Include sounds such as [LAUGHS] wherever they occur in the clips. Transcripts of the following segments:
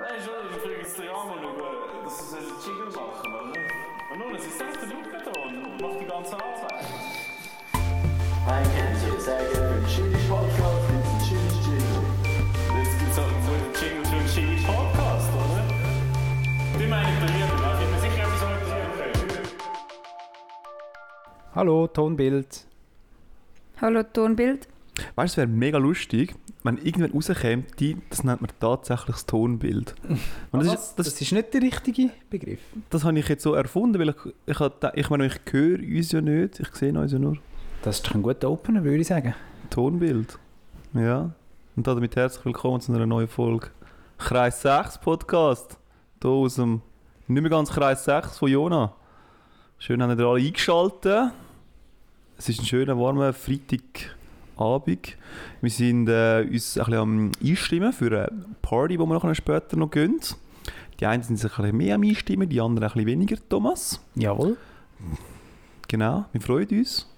Nein, schon, ich kriege jetzt den Rahmen über. Das ist ein Jingle machen, oder? Und nun, es ist selbst der Luftbeton und macht die ganze Arbeit. Ein Kännchen, sehr gerne. Chili Podcast mit dem Chili Chili. Jetzt gibt es halt so einen Jingle für einen Jingle Podcast, oder? Die meine ich bei mir, da bin mir sicher, dass ich so etwas anfange. Hallo, Tonbild. Hallo Tonbild. Weißt du, es wäre mega lustig, wenn irgendwann rauskäme, die, das nennt man tatsächlich das Tonbild. Und das, Was? ist, das, das ist nicht der richtige Begriff. das habe ich jetzt so erfunden, weil ich, ich, hatte- ich meine, ich höre uns ja nicht, ich sehe uns ja nur. Das ist doch ein guter Opener, würde ich sagen. Tonbild. Ja. Und damit herzlich willkommen zu einer neuen Folge Kreis 6 Podcast. Hier aus dem nicht mehr ganz Kreis 6 von Jona. Schön, haben ihr alle eingeschaltet. Es ist ein schöner, warmer Freitagabend. Wir sind äh, uns ein bisschen am Einstimmen für eine Party, die wir nachher später noch gehen. Die einen sind sich ein bisschen mehr am Einstimmen, die anderen ein bisschen weniger, Thomas. Jawohl. Genau, wir freuen uns.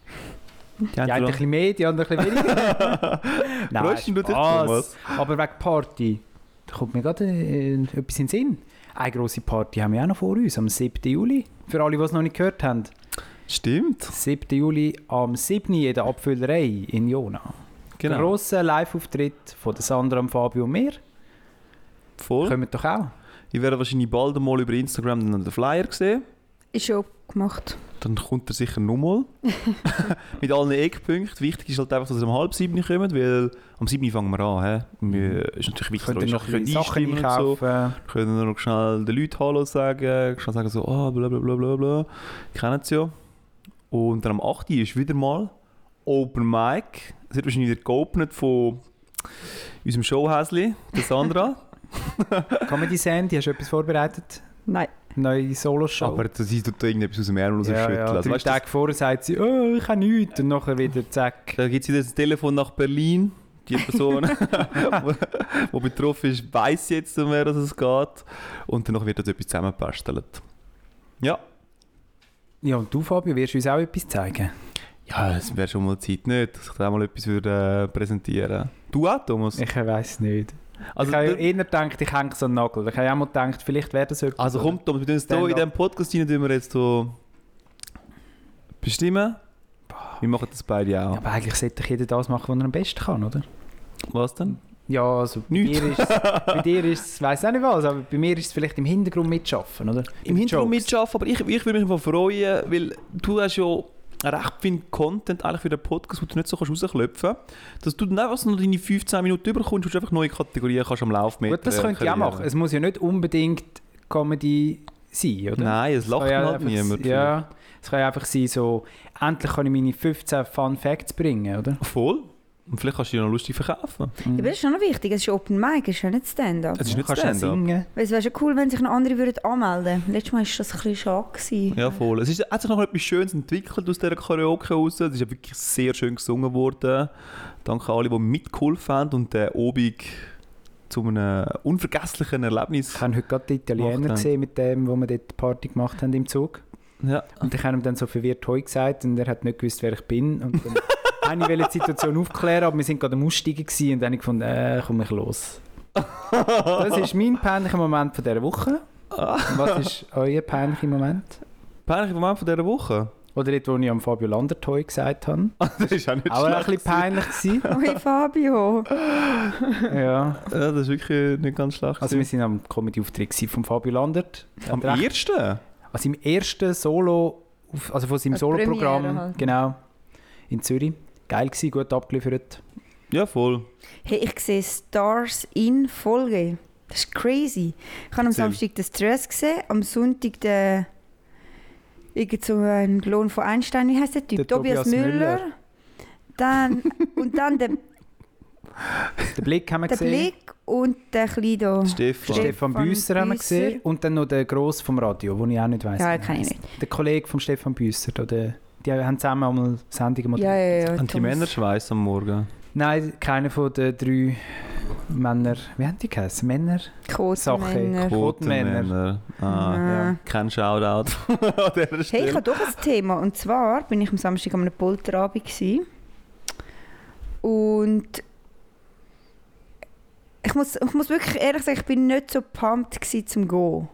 Die Die einen ein einen- bisschen mehr, die anderen ein bisschen weniger. [LAUGHS] Freust du dich, Spaß. Thomas? Aber wegen Party, da kommt mir gerade äh, etwas in den Sinn. Eine grosse Party haben wir auch noch vor uns, am 7. Juli. Für alle, die es noch nicht gehört haben. Stimmt, 7. Juli am 7. in der Abfüllerei in Jona. genau. Grosser Live-Auftritt von der Sandra, dem Fabio und mir. Voll. Kommt doch auch. Ich werde wahrscheinlich bald mal über Instagram dann den Flyer sehen. Ist ja gemacht. Dann kommt er sicher nochmal. [LAUGHS] [LAUGHS] Mit allen Eckpunkten. Wichtig ist halt einfach, dass er um halb sieben kommt, weil am sieben fangen wir an. He? Wir, ist natürlich wichtig, Mhm. Könnt ihr dass noch ihr ein bisschen Sachen einstimmen und so. einkaufen. Können dann noch schnell den Leuten Hallo sagen. Schnell sagen so, ah, bla bla bla bla bla. Kennen sie ja. Und dann am 8. Uhr ist wieder mal Open Mic. Es wird wahrscheinlich wieder geopnet von unserem Showhäsli, der Sandra. [LAUGHS] Comedy Sandy, hast du etwas vorbereitet? Nein. Neue Solo-Show? Aber sie tut da irgendetwas aus dem Ärmel ja, rausschütteln. ja. Also, Drei weißt du, das- Tage vorher sagt sie, oh, ich habe nichts. Und nachher wieder zack. Da gibt es wieder das Telefon nach Berlin. [LAUGHS] Die Person, [LAUGHS] die betroffen ist, weiß jetzt, um wer es geht. Und danach wird das etwas zusammengebastelt. Ja. Ja, und du, Fabio, wirst uns auch etwas zeigen. Ja, es wäre schon mal Zeit nicht, dass ich da mal etwas würde, äh, präsentieren Du auch, Thomas? Ich weiss nicht. also, ich habe ja eh du- eher gedacht, ich hänge so einen Nagel. Ich habe auch mal gedacht, vielleicht wäre das etwas. also komm, Thomas, wir tun es hier Stand-up. in diesem Podcast rein, tun wir jetzt so bestimmen. Wir machen das beide Ja, auch. aber eigentlich sollte doch jeder das machen, was er am besten kann, oder? Was denn? Ja, also bei Nichts. dir ist [LAUGHS] es, bei dir ist es, weiss auch nicht was, aber bei mir ist es vielleicht im Hintergrund mitschaffen, oder? im Hintergrund Jokes. mitschaffen, aber ich, ich würde mich mal freuen, weil du hast ja recht viel Content eigentlich für den Podcast, wo du nicht so kannst rausklopfen kannst, dass du dann einfach so nur deine 15 Minuten überkommst und du einfach neue Kategorien kannst am äh, Laufen Gut, das könnte ich auch machen. Es muss ja nicht unbedingt Comedy sein, oder? Nein, es lacht kann ja halt einfach- niemand. Ja, es kann ja einfach sein, so, endlich kann ich meine 15 Fun Facts bringen, oder? Voll. Und vielleicht kannst du dich noch lustig verkaufen. Aber das ist schon noch wichtig. Es ist Open Mic, es ist ja nicht Stand-up. Es ist nicht kannst du auch Stand-up. singen. Weil Es wäre schon cool, wenn sich noch andere würden anmelden würden. Letztes Mal war das ein bisschen schade. gewesen. Ja, voll. Es ist, hat sich noch etwas Schönes entwickelt aus dieser Karaoke raus. Es ist ja wirklich sehr schön gesungen worden. Danke an alle, die mitgeholfen haben und den Obig zu einem unvergesslichen Ich Erlebnis. habe heute gerade den Macht Italiener dann. gesehen mit dem, wo wir dort die Party gemacht haben im Zug. Ja. Und ich habe ihm dann so verwirrt «Hoi» gesagt und er hat nicht gewusst, wer ich bin. Und dann [LAUGHS] habe ich wollte die Situation aufklären, aber wir sind gerade am Aussteigen gewesen und dann habe ich gefunden, äh, komm ich los. Das ist mein peinlicher Moment von dieser Woche. Und Was ist euer peinlicher Moment? Peinlich im Moment von dieser Woche. Oder dort, wo ich am Fabio Landert «Hoi» gesagt habe. [LAUGHS] Das ist auch nicht Auch ein schlecht. bisschen peinlich gewesen. Oi, Fabio. Ja. Ja, das ist wirklich nicht ganz schlecht. Also wir sind am Comedy-Auftritt gewesen von Fabio Landert. Er hat am recht- ersten? Also im ersten Solo, auf- also von seinem Als Premiere Solo-Programm, halt. genau, in Zürich. Geil gewesen, gut abgeliefert. Ja, voll. Hey, ich sehe Stars in Folge. Das ist crazy. Ich habe am Erzähl. Samstag den Stress gesehen, am Sonntag den. Irgend so ein Klon von Einstein, wie heißt der Typ? Der Tobias, Tobias Müller. Müller. Dann, und dann der, Den Blick haben wir der gesehen. Blick und der Kleine da. Stefan. Ste- Stefan Stefan Büsser haben wir Büsser. gesehen und dann noch der Gross vom Radio, den ich auch nicht weiss. Ja, wie er kenn ich heisst. Der Kollege von Stefan Büsser, oder, die haben zusammen einmal Sendungen Ja, moderiert. ja, ja. Haben die Thomas. Männer Schweiß am Morgen? Nein, keiner von den drei Männer, wie haben die geheißen? Männer? Quotenmänner. Quotenmänner. Ah, Ja. kein Shoutout [LAUGHS] an dieser Stelle. Mhm. Hey, ich habe doch ein Thema. Und zwar bin ich am Samstag an einem Polterabend. gsi. Und ich muss, ich muss wirklich ehrlich sagen, ich bin nicht so pumped gewesen zum Gehen.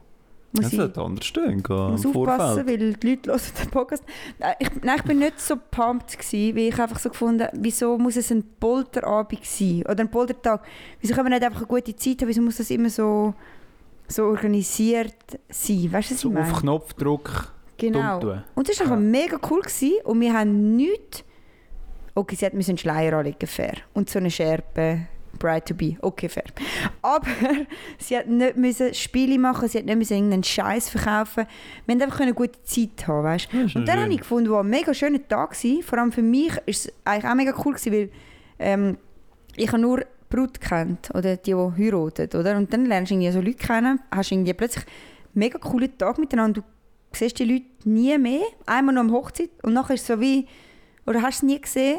Muss Es ich hat anders stehen gehen, im muss aufpassen, Ähm, Vorfeld. weil die Leute hören den Podcast. Nein, ich, nein, ich bin nicht so pumped gewesen, weil ich einfach so gefunden wieso muss es ein Polterabend sein oder ein Poltertag? Wieso können wir nicht einfach eine gute Zeit haben? Wieso muss das immer so, so organisiert sein? Weißt du, was So ich auf meine? Knopfdruck Genau. dumm tun. Und das war einfach Ja. mega cool gewesen. und wir haben nichts... Okay, sie hat müssen einen Schleier anlegen, fair. Und so eine Schärpe, bright to be, okay, fair. Aber [LAUGHS] sie hat nicht müssen Spiele machen, sie hat nicht müssen irgendeinen Scheiß verkaufen. Wir haben einfach eine gute Zeit haben, weißt Ja, ist und dann schön. habe ich gefunden, wow, ein mega schöner Tag war. Vor allem für mich war es eigentlich auch mega cool, gewesen, weil ähm, ich habe nur Brut kennt oder die, die heiraten, oder? Und dann lernst du irgendwie so Leute kennen, hast irgendwie plötzlich mega coole Tag miteinander. Du siehst die Leute nie mehr, einmal noch am Hochzeit und nachher ist es so wie, oder hast es nie gesehen,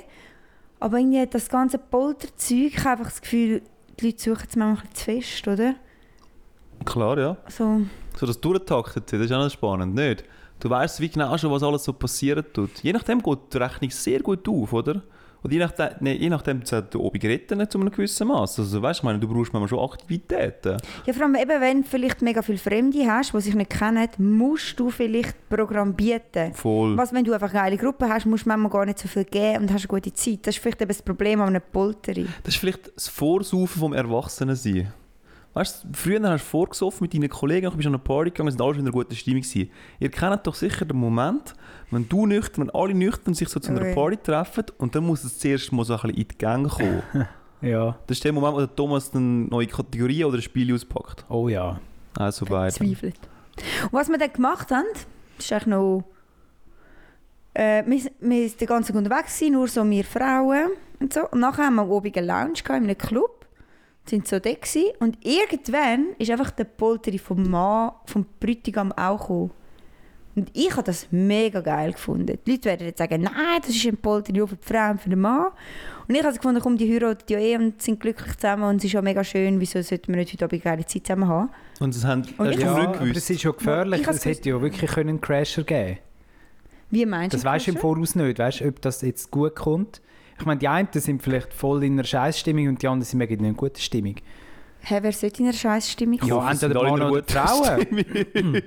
aber irgendwie hat das ganze Polterzeug, ich habe einfach das Gefühl, die Leute suchen es manchmal ein bisschen zu fest, oder? Klar, ja. So, So das Durchtaktete, das ist auch noch spannend, nicht? Du weißt wie genau schon, was alles so passieren tut. Je nachdem geht die Rechnung sehr gut auf, oder? Und je nachdem, nee, je nachdem zählt der oben geritten zu einem gewissen Maß. Also weißt, ich meine, du brauchst manchmal schon Aktivitäten. Ja, vor allem eben, wenn du vielleicht mega viele Fremde hast, die sich nicht kennen, musst du vielleicht Programm bieten. Voll. Was, wenn du einfach eine geile Gruppe hast, musst du manchmal gar nicht so viel geben und hast eine gute Zeit. Das ist vielleicht eben das Problem an einem Polteri. Das ist vielleicht das Vorsaufen vom Erwachsenensein. Weißt du, früher hast du vorgesoffen mit deinen Kollegen, du bist an eine Party gegangen, sind alle schon in einer guten Stimmung gewesen. Ihr kennt doch sicher den Moment, wenn du nüchtern, wenn alle nüchtern sich so zu einer Ui. Party treffen und dann muss es zuerst mal so ein bisschen in die Gänge [LAUGHS] kommen. Ja. Das ist der Moment, wo der Thomas eine neue Kategorie oder ein Spiel auspackt. Oh ja. Also beide. Zweifelt. Und was wir dann gemacht haben, ist eigentlich noch... Äh, wir, wir waren den ganzen Tag unterwegs, gewesen, nur so wir Frauen und so. Und nachher haben wir oben einen Lounge gehabt, in einem Club. Sind so dort gewesen. Und irgendwann ist einfach der Polteri vom Mann, vom Brütigam auch gekommen. Und ich habe das mega geil gefunden. Die Leute werden jetzt sagen, nein, das ist ein Polteri nur für die Frau und für den Mann. Und ich habe es gefunden, komm, die heiraten ja eh und sind glücklich zusammen und es ist ja mega schön, wieso sollten wir nicht heute Abend eine geile Zeit zusammen haben. Und das haben Und hast ich- du Oh, ja, früher aber gewusst. es ist schon gefährlich. Ich hab's Es hätte ja wirklich können einen Crasher geben Wie meinst Das du weißt du im Voraus nicht, weißt, ob das jetzt gut kommt. Ich meine, die einen sind vielleicht voll in einer Scheißstimmung und die anderen sind mega in einer guten Stimmung. Hä, wer sollte in einer scheiß Stimmung Ja, hoffe, es sind entweder alle in Mann einer oder Frauen.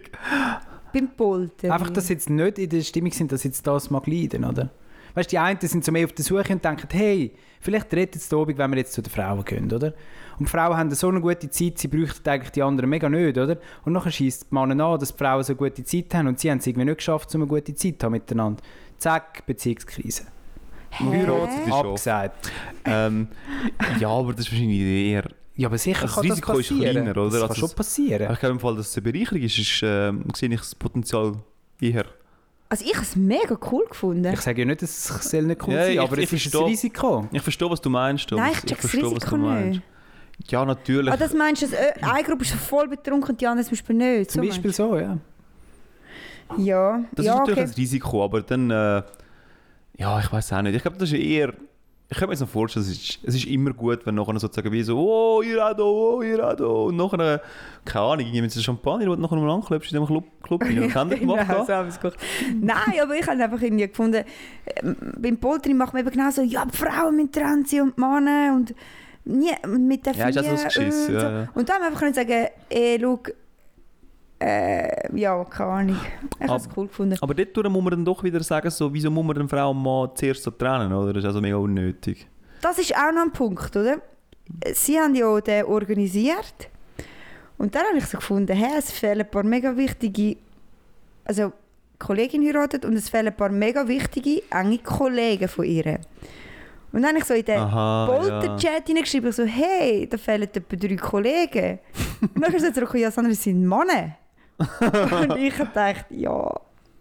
Beim Polter. Einfach, dass sie jetzt nicht in der Stimmung sind, dass jetzt das mag leiden, oder? Weißt du, die einen sind so mehr auf der Suche und denken, hey, vielleicht redet es Abend, wenn wir jetzt zu den Frauen gehen, oder? Und die Frauen haben so eine gute Zeit, sie bräuchten eigentlich die anderen mega nicht, oder? Und nachher schießt die Männer an, dass die Frauen so eine gute Zeit haben und sie haben es irgendwie nicht geschafft, um eine gute Zeit zu haben miteinander. Zack, Beziehungskrise. Heiratet ist schon. Abgesagt. Ähm, ja, aber das ist wahrscheinlich eher... Ja, aber sicher Also das kann das Risiko ist passieren. kleiner, oder? Das Also kann schon es- passieren. Ich glaube, im Fall, dass es eine Bereicherung ist, ist ähm, sehe ich das Potenzial eher. Also ich habe es mega cool gefunden. Ich sage ja nicht, dass es soll nicht cool Ja, sein ich- aber ich es ist ein verstehe. Risiko. Ich verstehe, was du meinst, Thomas. Nein, ich check das Risiko nicht. Ja, natürlich. Ah, das meinst du, dass äh, eine Gruppe ist voll betrunken und die andere zum Beispiel nicht? Zum so Beispiel so, ja. meinst du? Ja, Das ja ist natürlich okay. ein Risiko, aber dann. Äh, ja, ich weiß auch nicht. Ich glaube, das ist eher. Ich kann mir jetzt noch vorstellen, es ist, es ist immer gut, wenn nachher sozusagen wie so, oh, ihr auch da, oh, ihr auch da. Und nachher, keine Ahnung, irgendwie mit so Champagner, die du nachher mal anklebst in diesem Club. [LAUGHS] Club rein. Das haben die gemacht. Genau, da. so haben wir es gemacht. Nein, aber ich habe einfach irgendwie gefunden, ähm, beim Polteri macht man eben genau so, ja, die Frauen mit Trans und die Männer und nie, und mit der Ja, ist auch so ein Geschiss, ja, ja. Und dann haben wir einfach können sagen, ey, schau, äh, ja, keine Ahnung. Ich habe es cool gefunden. Aber dort muss man dann doch wieder sagen, so, wieso muss man den Frau und Mann zuerst so trennen, oder? Das ist also mega unnötig. Das ist auch noch ein Punkt, oder? Sie haben ja den organisiert. Und dann habe ich so gefunden, hey, es fehlen ein paar mega wichtige. Also, die Kollegin heiratet und es fehlen ein paar mega wichtige, enge Kollegen von ihr. Und dann habe ich so in den Aha. ja. Polter-Chat hineingeschrieben, so, hey, da fehlen etwa drei Kollegen. und dann ist sie zurückgekommen, ja, sondern es sind [LAUGHS] Männer. und ich habe gedacht, ja,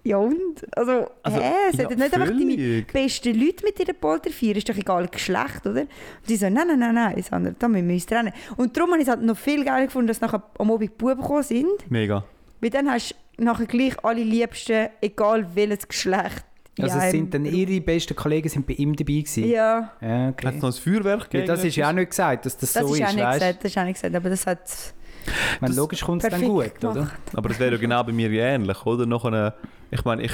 ja und? Also, Also, hä, es ja, hätten nicht einfach deine völlig. beste Leute mit ihrer Polter feiern, ist doch egal Geschlecht, oder? Und sie so, nein, nein, nein, nein, Sandra, da müssen wir uns trennen. Und darum habe ich es halt noch viel geiler gefunden, dass nachher am Abend die Buben gekommen sind, Mega. weil dann hast du nachher gleich alle Liebsten, egal welches Geschlecht. in Also es einem sind dann Raum. ihre besten Kollegen sind bei ihm dabei gewesen. ähm, Ja, Ja, Hat es okay. noch ein Feuerwerk Weil das ist ja auch nicht gesagt, dass das, das so ist ist, auch nicht weißt gesagt, das ist auch nicht gesagt, aber das hat Ich meine, Das- logisch kommt es dann perfekt gut, oder? gemacht. Aber das wäre ja genau bei mir ähnlich, oder? Nachher, ich meine, ich,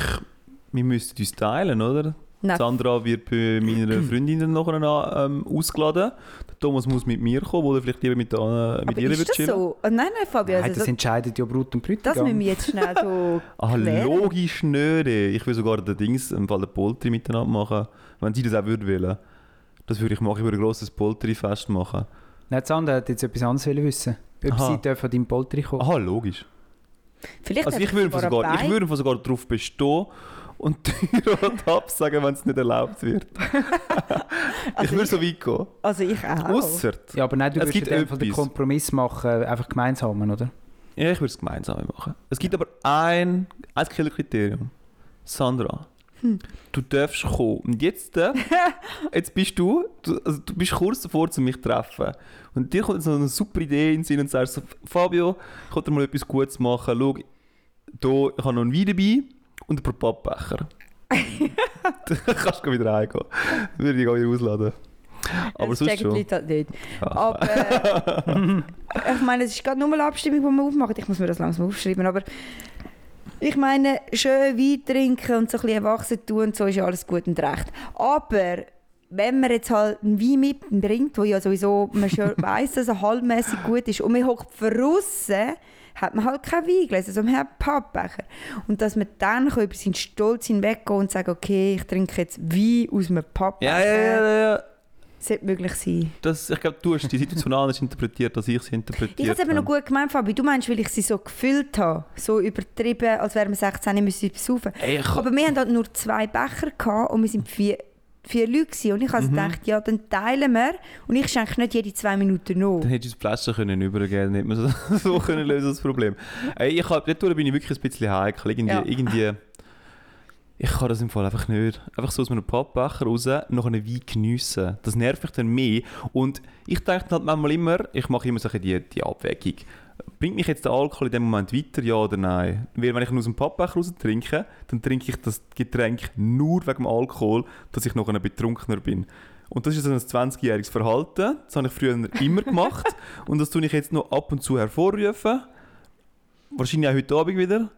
wir müssten uns teilen, oder? Nein. [CLEARS THROAT] Sandra wird bei meiner Freundin dann nachher noch, ähm, ausgeladen. Der Thomas muss mit mir kommen oder vielleicht lieber mit, der, äh, mit Aber ihr ist lieber das chillen. so? Oh, Nein, nein, Fabian, Nein, das also, das, entscheidet ja Brut und Brütigam. müssen wir jetzt schnell [LAUGHS] so Ah, klären. logisch nicht. ey. Ich will sogar den Dings, im Fall der Poltri miteinander machen, wenn sie das auch würde wollen. Das würde ich machen, ich würde ein grosses Poltri-Fest machen. Nein, Sander hat jetzt etwas anderes wollen wissen. Ob Aha. sie dürfen an deinem Poltri Oh. kommen. Aha, logisch. Vielleicht Also hat ich er würde sogar, ich Bein. würde sogar darauf bestehen und Tür [LAUGHS] und absagen, wenn es nicht erlaubt wird. ich Also würde ich- so weit gehen. Also ich auch. Ausser. Ja, aber nein, du Es würdest gibt in dem Fall den etwas. Kompromiss machen, äh, einfach gemeinsam, oder? Ja, ich würde es gemeinsam machen. Es gibt aber ein, ein Killerkriterium. Sandra, Hm. du darfst kommen. Und jetzt, [LAUGHS] äh, jetzt bist du, du, also du bist kurz davor, zu mich zu treffen. Und dir kommt so eine super Idee in den Sinn und sagst so, Fabio, ich wollte dir mal etwas Gutes machen. Schau, da, ich habe noch einen Wein dabei und ein paar Pappbecher. [LAUGHS] Dann kannst du wieder heimgehen. Dann würde ich auch wieder ausladen. Aber das sonst checken die schon. Leute halt nicht. Ja. Aber äh, ich meine, es ist gerade nur mal eine Abstimmung, die wir aufmachen. Ich muss mir das langsam aufschreiben. Aber ich meine, schön Wein trinken und so ein bisschen erwachsen tun und so ist ja alles gut und recht. Aber wenn man jetzt halt einen Wein mitbringt, wo ja sowieso man [LAUGHS] schon weiss, dass er halbmäßig gut ist und man hockt verrissen, hat man halt kein Wein gelesen, sondern man hat einen Pappbecher. Und dass man dann kann über seinen Stolz hinweggehen und sagen okay, ich trinke jetzt Wein aus einem Ja, Pappbecher, ja, ja, ja, ja. sollte möglich sein. Das, ich glaube, du hast die Situation anders interpretiert, als ich sie interpretiert Ich habe es eben noch habe. gut gemeint, Fabi. Du meinst, weil ich sie so gefüllt habe. So übertrieben, als wären wir 16, ich müsste sie besaufen. Ey, ich, Aber wir haben halt nur zwei Becher gehabt und wir sind vier, vier Leute. Gewesen. Und ich Mhm. habe also gedacht, ja, dann teilen wir. Und ich schenke nicht jede zwei Minuten noch. dann hättest du die Flasche können übergeben können, nicht mehr so, [LAUGHS] so können lösen das Problem. Ey, ich hab, dort bin ich wirklich ein bisschen heikel. Irgendwie, Ja. irgendwie, ich kann das im Fall einfach nicht. Einfach so aus einem Pappbecher raus, noch einen Wein geniessen. Das nervt mich dann mehr. Und ich denke halt manchmal immer, ich mache immer so ein bisschen die, die Abwägung. Bringt mich jetzt der Alkohol in dem Moment weiter, ja oder nein? Weil wenn ich ihn aus dem Pappbecher raus trinke, dann trinke ich das Getränk nur wegen dem Alkohol, dass ich noch ein Betrunkener bin. Und das ist so ein 20-jähriges Verhalten, das habe ich früher immer gemacht und das tue ich jetzt noch ab und zu hervorrufen. Wahrscheinlich auch heute Abend wieder,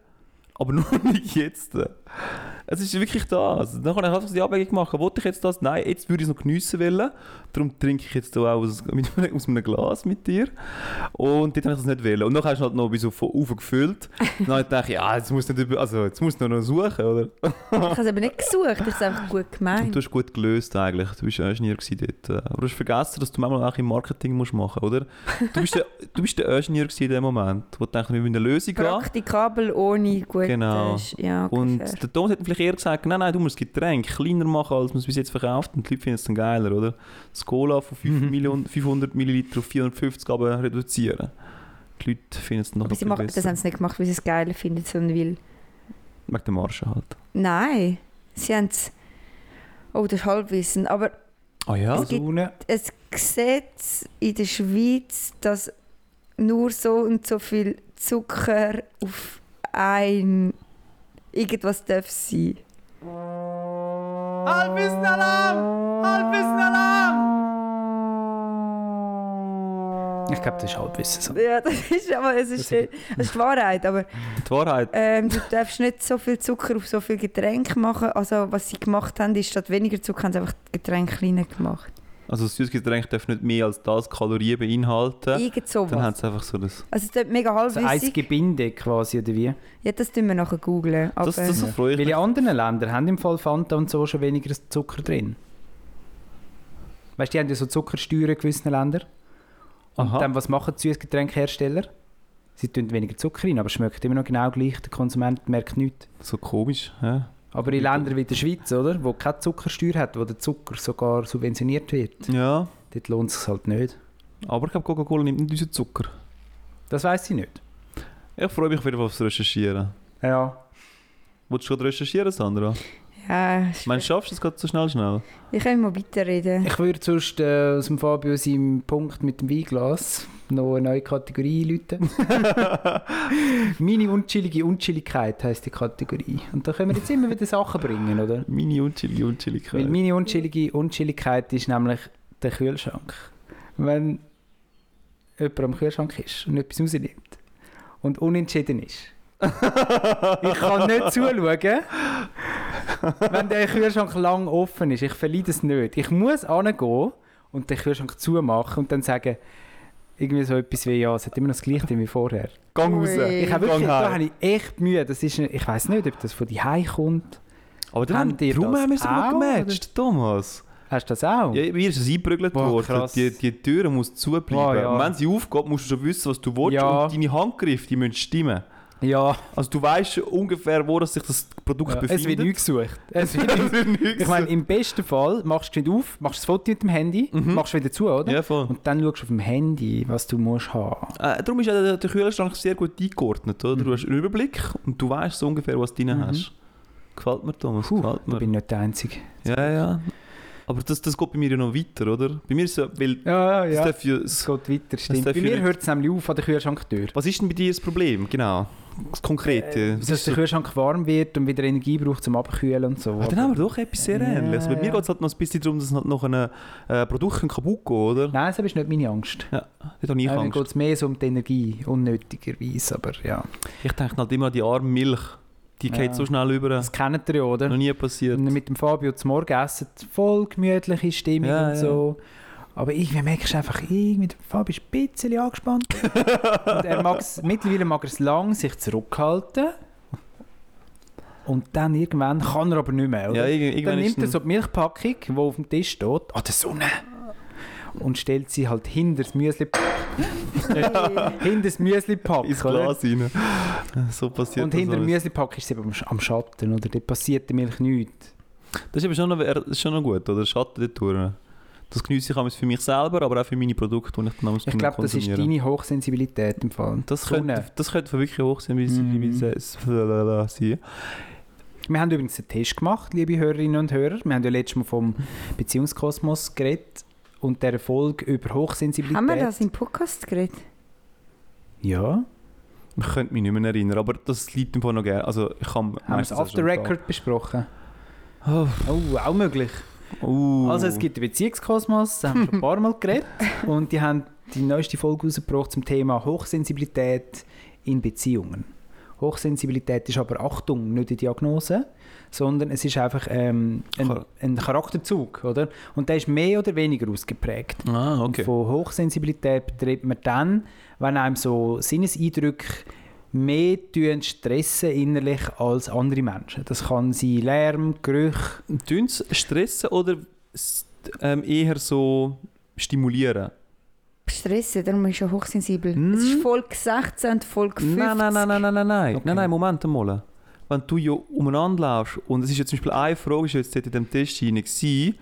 aber [LAUGHS] nur nicht jetzt. Es ist wirklich das. Dann kann ich einfach die Abwägung machen. Wollte ich jetzt das? Nein, jetzt würde ich es noch geniessen wollen. Darum trinke ich jetzt da auch aus, [LAUGHS] mit, aus einem Glas mit dir. Und dort habe ich das nicht wollen. Und dann hast du halt noch bis auf Ufer gefüllt. Dann habe ich gedacht, ja, jetzt musst du nicht über, also jetzt musst du noch suchen, oder? Ich habe es eben nicht gesucht, ich habe es einfach gut Und du gemeint. hast gut gelöst eigentlich. Du bist ein Ingenieur gewesen dort. äh. Aber du hast vergessen, dass du manchmal auch im Marketing musst machen musst, oder? Du bist, der, [LAUGHS] du bist der Ingenieur gewesen in dem Moment, wo du denkst, wir müssen eine Lösung haben. Praktikabel ohne gut. Genau. Ja, okay, Und fair. der Thomas hat vielleicht eher gesagt, nein, nein, du musst das Getränk kleiner machen, als man es bis jetzt verkauft. Und die Leute finden es dann geiler, oder? Das Cola von 5 Millionen, 500 Milliliter auf 450 aber reduzieren. Die Leute finden es dann noch Aber ein sie bisschen machen, das besser. haben sie nicht gemacht, weil sie es geil finden, sondern weil. Wegen der Marge halt. Nein, sie haben es. Oh, das ist Halbwissen. Aber Ah ja? Es gibt- Saune. ein Gesetz in der Schweiz, dass nur so und so viel Zucker auf ein irgendwas darf sein. Ah. Ich glaube, das ist Halbwissen. Sander. Ja, das ist aber es ist, das ist die Wahrheit. Aber Die Wahrheit. ähm, du darfst nicht so viel Zucker auf so viel Getränk machen. Also was sie gemacht haben, ist statt weniger Zucker haben sie einfach die Getränke kleiner gemacht. Also das Süßgetränk darf nicht mehr als das Kalorien beinhalten. Irgend Dann haben sowas. sie einfach so das... Also das ist mega Also ein halbwissig. Gebinde quasi, oder wie? Ja, das tun wir nachher googlen. Aber Das, das freue ich Weil in mich. anderen Ländern haben im Fall Fanta und so schon weniger Zucker drin. Weißt du, die haben ja so Zuckersteuern in gewissen Ländern. Und Aha. dann, was machen die Süßgetränkhersteller? Sie tun weniger Zucker rein, aber es schmeckt immer noch genau gleich. Der Konsument merkt nichts. So komisch. Ja. Aber in Ländern wie der Schweiz, oder, wo keine Zuckersteuer hat, wo der Zucker sogar subventioniert wird, ja. dort lohnt es sich halt nicht. Aber ich glaube, Coca-Cola nimmt nicht unseren Zucker. Das weiß ich nicht. Ich freue mich wieder aufs Recherchieren. Ja. Wolltest du gerade recherchieren, Sandra? ja, ist- Meinst du, schaffst du das gerade so schnell, schnell? ich kann mal weiterreden. Ich würde sonst äh, aus dem Fabio seinem Punkt mit dem Weinglas noch eine neue Kategorie einläuten. Meine unchillige Unchilligkeit heisst die Kategorie. Und da können wir jetzt immer wieder Sachen bringen, oder? Mini und Chili und Chili Weil meine unchillige Unchilligkeit ist nämlich der Kühlschrank. Wenn jemand am Kühlschrank ist und etwas rausnimmt und unentschieden ist. [LAUGHS] ich kann nicht zuschauen, wenn der Kühlschrank lang offen ist. Ich verliere das nicht. Ich muss angehen und den Kühlschrank zumachen und dann sagen, irgendwie so etwas wie, ja, es hat immer noch das Gleiche wie vorher. Gang Ui. raus. Ich habe Gang wirklich, da heim. habe ich echt Mühe. Das ist, ich weiß nicht, ob das von die kommt. Aber Habt dann, ihr darum das haben wir es mal auch, gematcht, Thomas. Hast du das auch? Ja, mir ist es eingeprügelt Boah, worden. krass. Die, die Tür muss zubleiben. Boah, ja. Und wenn sie aufgeht, musst du schon wissen, was du willst. Ja. Und deine Handgriffe, die müssen stimmen. Ja, Also du weißt ungefähr, wo das sich das Produkt ja. befindet. es wird nicht [LAUGHS] gesucht. Es wird Es wird nichts. Ich meine, im besten Fall machst du wieder auf, machst das Foto mit dem Handy, machst wieder zu, oder? Mhm. ja, voll. Und dann schaust du auf dem Handy, was du musst haben. Äh, darum ist auch der, der Kühlschrank sehr gut eingeordnet. Oder? Du hast einen Überblick und du weißt so ungefähr, was du drin Mhm. hast. Gefällt mir, Thomas. Puh, gefällt ich mir. bin nicht der Einzige. Ja, ja. Aber das, das geht bei mir ja noch weiter, oder? Bei mir ist ja, weil Ja, das darf ja, Es es, geht weiter, stimmt. darf Bei ja mir nicht- hört es nämlich auf an der Kühlschranktür. Was ist denn bei dir das Problem? Genau. Das Konkrete. Dass das ist der so, Kühlschrank warm wird und wieder Energie braucht, um abkühlen und so. ah, dann haben wir doch etwas sehr Ja, Ähnliches. Bei mir ja. geht es halt noch ein bisschen darum, dass halt noch ein äh, Produkt kann kaputt gehen oder? Nein, das ist nicht meine Angst. Dort habe ich Äh, Mir Angst. geht es mehr so um die Energie, unnötigerweise, aber ja. Ich denke halt immer an die arme Milch. Die Ja. geht so schnell über. Das kennt ihr ja, oder? Noch nie passiert. Wenn wir mit dem Fabio zum Morgen essen, voll gemütliche Stimmung Ja, und ja. so. Aber irgendwie merkst du einfach, irgendwie, der Fabio ist ein bisschen [LAUGHS] angespannt. und er mag's, mittlerweile mag er es lang sich zurückhalten. Und dann irgendwann kann er aber nicht mehr, Ja, oder? irgend- irgendwann dann nimmt ist er ein- so die Milchpackung, die auf dem Tisch steht, an der Sonne. Und stellt sie halt hinter das [LAUGHS] Müsli... hinter das Müslipack, ins oder? Glas rein. [LAUGHS] So passiert Und das hinter dem alles. Müslipack ist sie eben am Sch- am Schatten, oder? Dort passiert der Milch nichts. Das ist aber schon noch, äh, das ist schon noch gut, oder? Schatten dort durch. Das geniesse ich es für mich selber, aber auch für meine Produkte, die ich dann Ich glaube, das ist deine Hochsensibilität im Fall. Das Sonne. könnte, das könnte wirklich hoch sein, wie Mhm. mm. sein. Wir haben übrigens einen Test gemacht, liebe Hörerinnen und Hörer. Wir haben ja letztes Mal [LAUGHS] vom Beziehungskosmos geredet und der Erfolg über Hochsensibilität. Haben wir das im Podcast geredet? Ja, Ich könnte mich nicht mehr erinnern, aber das liegt mir noch gerne. Also ich kann haben wir es off the record besprochen. Oh. Oh, auch möglich. Uh. Also es gibt den Beziehungskosmos, da haben wir schon ein paar Mal [LAUGHS] geredet und die haben die neueste Folge rausgebracht zum Thema Hochsensibilität in Beziehungen. Hochsensibilität ist aber Achtung, nicht eine Diagnose, sondern es ist einfach ähm, ein, Char- ein Charakterzug, oder? Und der ist mehr oder weniger ausgeprägt. Ah, Und okay. Von Hochsensibilität betreibt man dann, wenn einem so Sinneseindrücke mehr tun stressen innerlich als andere Menschen. Das kann sein Lärm, Gerüche, Tun sie stressen oder s- ähm, eher so stimulieren? Stress, darum ist er hochsensibel. Mm. Es ist Folge 16 und Folge 50. Nein, nein, nein, nein, nein, nein, nein. Okay. Nein, nein, Moment mal. Wenn du ja umeinander laufst und es ist jetzt zum Beispiel eine Frage, ist jetzt dort in dem Test hinein gewesen,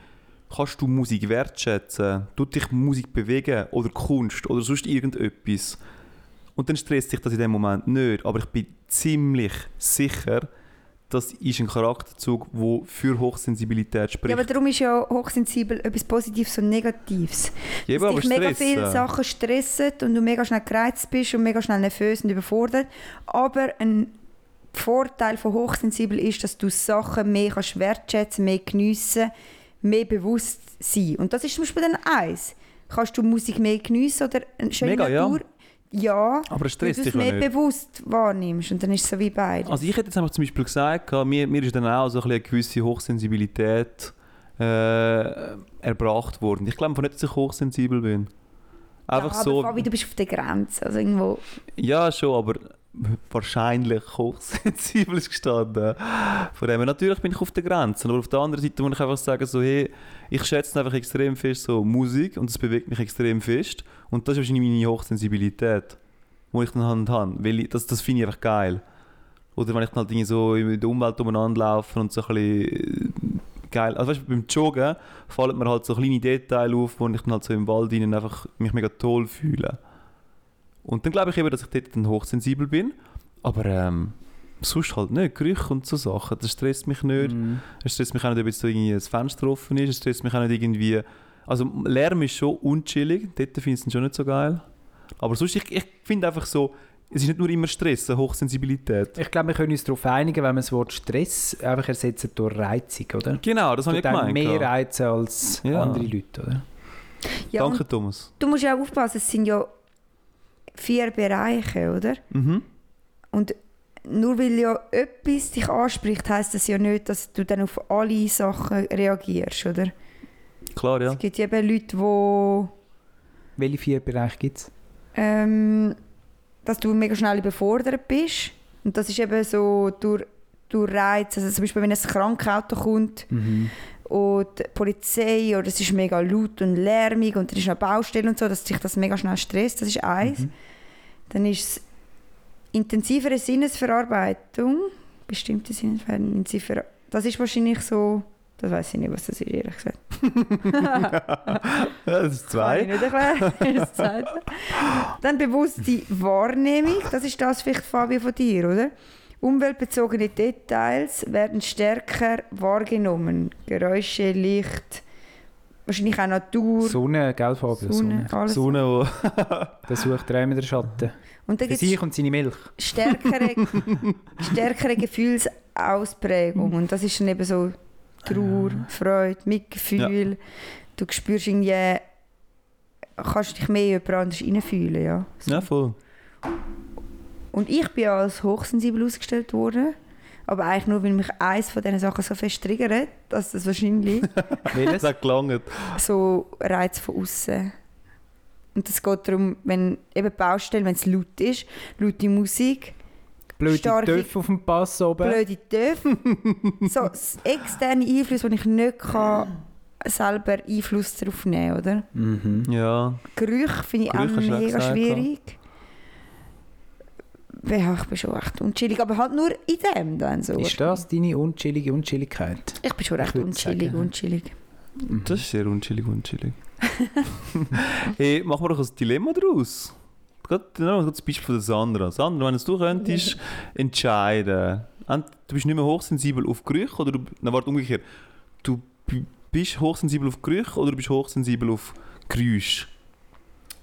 kannst du Musik wertschätzen? Tut dich Musik bewegen oder Kunst oder sonst irgendetwas? Und dann stresst dich das in dem Moment nicht, aber ich bin ziemlich sicher, das ist ein Charakterzug, der für Hochsensibilität spricht. Ja, aber darum ist ja hochsensibel etwas Positives und Negatives. Ja, dass dich mega stressen. viele Sachen stressen und du mega schnell gereizt bist und mega schnell nervös und überfordert. Aber ein Vorteil von hochsensibel ist, dass du Sachen mehr kannst wertschätzen, mehr geniessen, mehr bewusst sein. Und das ist zum Beispiel dann eins. Kannst du Musik mehr geniessen oder eine schöne Mega, ja. Natur? Ja. aber es weil du stresst es dich ja mehr nicht. bewusst wahrnimmst und dann ist es so wie beides. Also ich hätte jetzt einfach zum Beispiel gesagt, gehabt, mir, mir ist dann auch so ein bisschen eine gewisse Hochsensibilität äh, erbracht worden. Ich glaube einfach nicht, dass ich hochsensibel bin. Einfach ja, aber so. Fabi, du bist auf der Grenze, also irgendwo... Ja, schon, aber wahrscheinlich hochsensibel ist gestanden. Von dem her, natürlich bin ich auf der Grenze. Aber auf der anderen Seite muss ich einfach sagen, so, hey, ich schätze einfach extrem fest so Musik und das bewegt mich extrem fest. Und das ist wahrscheinlich meine Hochsensibilität, die ich dann Hand habe. Weil ich, das, das finde ich einfach geil. Oder wenn ich dann halt Dinge so in der Umwelt umeinander laufe und so ein bisschen äh, geil. Also weißt du, beim Joggen fallen mir halt so kleine Details auf, wo ich dann halt so im Wald rein einfach mich mega toll fühle. Und dann glaube ich eben, dass ich dort dann hochsensibel bin. Aber ähm, sonst halt nicht. Gerüche und so Sachen, das stresst mich nicht. Mm. Es stresst mich auch nicht, ob jetzt so irgendwie ein Fenster offen ist. Es stresst mich auch nicht irgendwie... Also Lärm ist schon unchillig. Dort finde ich es dann schon nicht so geil. Aber sonst, ich, ich finde einfach so, es ist nicht nur immer Stress, eine Hochsensibilität. Ich glaube, wir können uns darauf einigen, wenn wir das Wort Stress einfach ersetzen durch Reizung, oder? Genau, das habe ich Tut einem gemeint. mehr ja. reizen als Ja. andere Leute, oder? Ja, und Danke, Thomas. du musst ja auch aufpassen, es sind ja vier Bereiche, oder? Mhm. Und nur weil ja etwas dich anspricht, heißt das ja nicht, dass du dann auf alle Sachen reagierst, oder? Klar, ja. Es gibt eben Leute, die Welche vier Bereiche gibt es? ähm, dass du mega schnell überfordert bist. Und das ist eben so durch, durch Reiz. Also zum Beispiel, wenn ein Krankauto kommt Mhm. und die Polizei oder es ist mega laut und lärmig und dann ist eine Baustelle und so, dass dich das mega schnell stresst. Das ist eins. Dann ist es intensivere Sinnesverarbeitung. Bestimmte Sinnesverarbeitung. Das ist wahrscheinlich so... Das weiß ich nicht, was das ist, ehrlich gesagt. [LAUGHS] ja, das ist Kann zwei. ich [LAUGHS] nicht erklären. [LAUGHS] Das Zweite. Dann bewusste Wahrnehmung, das ist das vielleicht, Fabio, von dir, oder? Umweltbezogene Details werden stärker wahrgenommen. Geräusche, Licht, wahrscheinlich auch Natur, Sonne, gell, Fabio? Sonne. alles. Sonne, wo Da sucht er immer den Schatten. Und dann Für gibt es sich und seine Milch. [LAUGHS] stärkere, stärkere Gefühlsausprägung. Und das ist dann eben so Trauer, Freude, Mitgefühl. Du spürst irgendwie, kannst dich mehr in jemand anders reinfühlen, ja. Ja, voll. Und ich bin ja als hochsensibel ausgestellt worden. Aber eigentlich nur, weil mich eins von diesen Sachen so fest triggert, dass das [LAUGHS] wahrscheinlich Das Welches? hat gelangt. so Reiz von außen. Und es geht darum, wenn eben Baustellen, wenn es laut ist, laute Musik, Blöde starke- Töpfe auf dem Pass oben. blöde [LAUGHS] Töpfe, so s- externe Einflüsse, die ich nicht kann, selber Einfluss darauf nehmen oder? Mhm. Ja. Gerüche finde ich auch Gerüche hast du auch mega gesagt, schwierig. Ja, ich bin schon echt unchillig, aber halt nur in dem dann so. Ist das deine unchillige Unchilligkeit? Ich bin schon recht Ich würd unschillig, sagen, ja. unschillig. Das ist sehr unchillig, unchillig. [LAUGHS] hey, machen wir doch ein Dilemma daraus. Gerade gerade das Beispiel von der Sandra. Sandra, wenn es du könntest entscheiden, ent- du bist nicht mehr hochsensibel auf Gerüche oder du, nein, warte, umgekehrt, du b- bist hochsensibel auf Gerüche oder du bist hochsensibel auf Geräusche.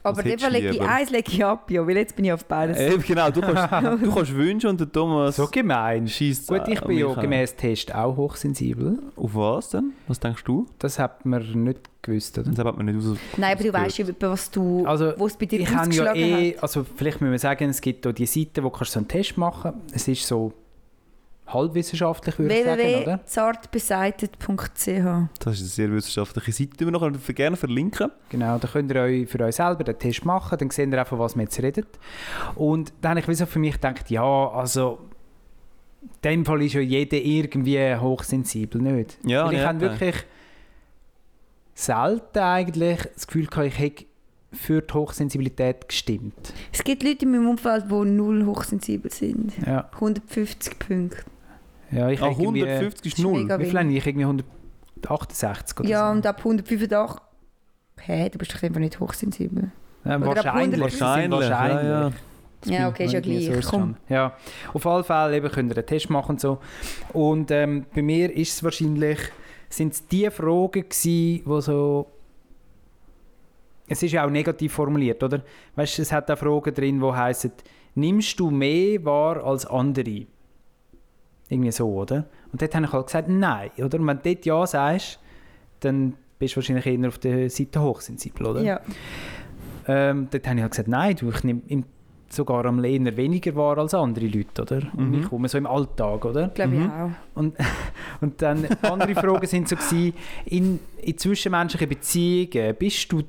Aber hättest dann du lege ich lieber? eins lege ich ab, ja, weil jetzt bin ich auf beides. Äh, genau, du kannst, du kannst wünschen und der Thomas So gemein. schießt äh, Gut, ich bin ja gemäß Test auch hochsensibel. Auf was denn? Was denkst du? Das hat man nicht gewusst, oder? Das hat man nicht aus. Nein, aber du weißt ja, über was du, Also, Oh, wo es bei dir ich habe ja ausgeschlagen eh, hat. also vielleicht müssen wir sagen, es gibt da die Seite, wo kannst du so einen Test machen. Es ist so halbwissenschaftlich, würde ich sagen, oder? www.zartbeseitet.ch Das ist eine sehr wissenschaftliche Seite, die wir noch gerne verlinken. Genau, da könnt ihr euch für euch selber den Test machen, dann seht ihr auch, von was wir jetzt reden. Und dann habe ich wieso für mich gedacht, ja, also in dem Fall ist ja jeder irgendwie hochsensibel, nicht? Ja, Weil ich ja, habe ja. wirklich selten eigentlich das Gefühl gehabt, ich hätte für die Hochsensibilität gestimmt. Es gibt Leute in meinem Umfeld, die null hochsensibel sind. Ja, 150 Punkte. ja ich Ah, hätte irgendwie- 150 ist Das ist null. mega Wie viel wenig. habe ich? Irgendwie 168 oder Ja, so. und ab 185... Hä, du bist doch einfach nicht hochsensibel. Ja, oder ab wahrscheinlich. 150. Wahrscheinlich, ja, ja. Ja, okay, ist ja Irgendwie so gleich. ist Komm. schon. Ja, auf alle Fälle eben, könnt ihr einen Test machen und so. Und ähm, bei mir ist es wahrscheinlich, sind es die Fragen gewesen, die so... Es ist ja auch negativ formuliert, oder? Weißt du, es hat auch Fragen drin, die heissen, nimmst du mehr wahr als andere? Irgendwie so, oder? Und dort habe ich halt gesagt, nein, oder? Und wenn du dort ja sagst, dann bist du wahrscheinlich eher auf der Seite hochsensibel, oder? Ja. Ähm, dort habe ich halt gesagt, nein, du, ich nehme im, sogar am Lehner weniger wahr als andere Leute, oder? Und Mhm. ich komme so im Alltag, oder? Glaube ich Mhm. auch. Und dann [LAUGHS] andere Fragen sind so gewesen, in, in zwischenmenschlichen Beziehungen, bist du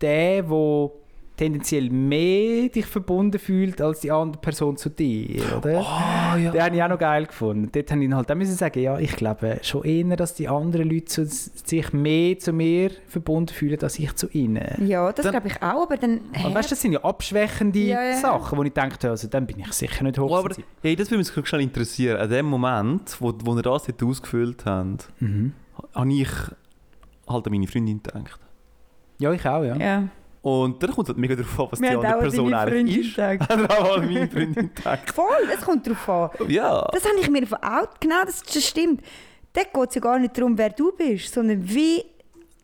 der, der tendenziell mehr dich verbunden fühlt als die andere Person zu dir, oder? Ah, ja. Den habe ich auch noch geil gefunden. Dort habe ich halt auch müssen sagen, ja, ich glaube schon eher, dass die anderen Leute zu, sich mehr zu mir verbunden fühlen, als ich zu ihnen. Ja, das Dann- glaube ich auch, aber dann... Also, Hä? weißt, du, das sind ja abschwächende Ja, ja. Sachen, wo ich denke, also dann bin ich sicher nicht Oh, aber hochsensibel. hey, das würde mich gerade schnell interessieren. An dem Moment, wo, wo ihr das dort ausgefüllt habt, Mhm. habe ich halt an meine Freundin gedacht. Ja, ich auch, ja. ja. Und dann kommt es halt mega darauf an, was Wir die haben auch andere an Person deine eigentlich Freundin ist. gedacht. [LAUGHS] Hat er auch an meine Freundin [LAUGHS] gedacht. Voll, es kommt drauf an. Ja. Das habe ich mir von out. Genau, das, das stimmt. Dort geht es ja gar nicht darum, wer du bist, sondern wie.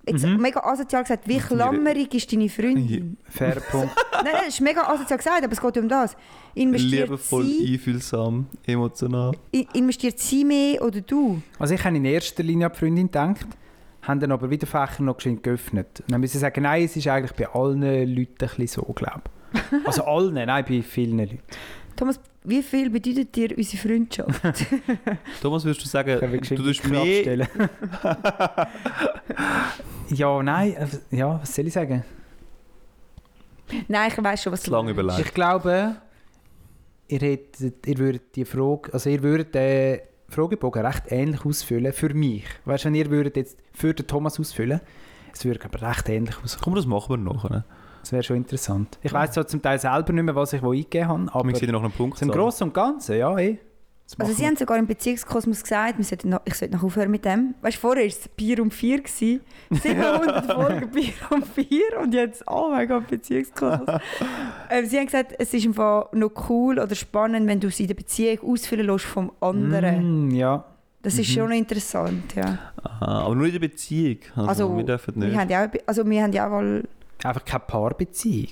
Jetzt mega asozial gesagt, wie klammerig ist deine Freundin? [LAUGHS] Fair Punkt. nein, nein, das ist mega asozial gesagt, aber es geht ja um das. Investiert Liebevoll, sie, einfühlsam, emotional. in- investiert sie mehr oder du? Also ich habe in erster Linie an die Freundin gedacht, haben dann aber wieder Fächer noch geschwind geöffnet. Und dann müssen sie sagen, nein, es ist eigentlich bei allen Leuten ein bisschen so, glaube ich. Also allen, nein, bei vielen Leuten. Thomas, wie viel bedeutet dir unsere Freundschaft? Thomas, würdest du Können sagen, wir Äh, du geschwind tust die Frage mehr... [LAUGHS] stellen. ja, nein, äh, ja, was soll ich sagen? Nein, ich weiß schon, was Zu lange überlegt. Ich glaube, ihr, hättet, ihr würdet die Frage, also ihr würdet den Fragebogen recht ähnlich ausfüllen für mich. Weißt du, wenn ihr würdet jetzt für den Thomas ausfüllen, es würde aber recht ähnlich auskommen. Komm, das machen wir noch. Ne? Das wäre schon interessant. Ich weiss zwar zum Teil selber nicht mehr, was ich wo eingegeben habe, aber Aber wir sehen noch einen Punkt. so im Großen und Ganzen, ja, eh. Das Also machen sie haben sogar im Beziehungskosmos gesagt, wir sollten noch, ich sollte noch aufhören mit dem. Weißt du, vorher war es Bier um vier. Gewesen. [LAUGHS] 700 Folgen [LAUGHS] Bier um vier und jetzt, oh mein Gott, [LAUGHS] Beziehungskosmos. ähm, sie haben gesagt, es ist einfach noch cool oder spannend, wenn du es in der Beziehung ausfüllen lässt vom wir. anderen. Mm, ja. Das ist Mhm. schon interessant, ja. Aha, aber nur in der Beziehung. Also, Also, wir dürfen Wir nicht. haben ja auch, also wir haben ja auch mal, Einfach keine Paarbeziehung.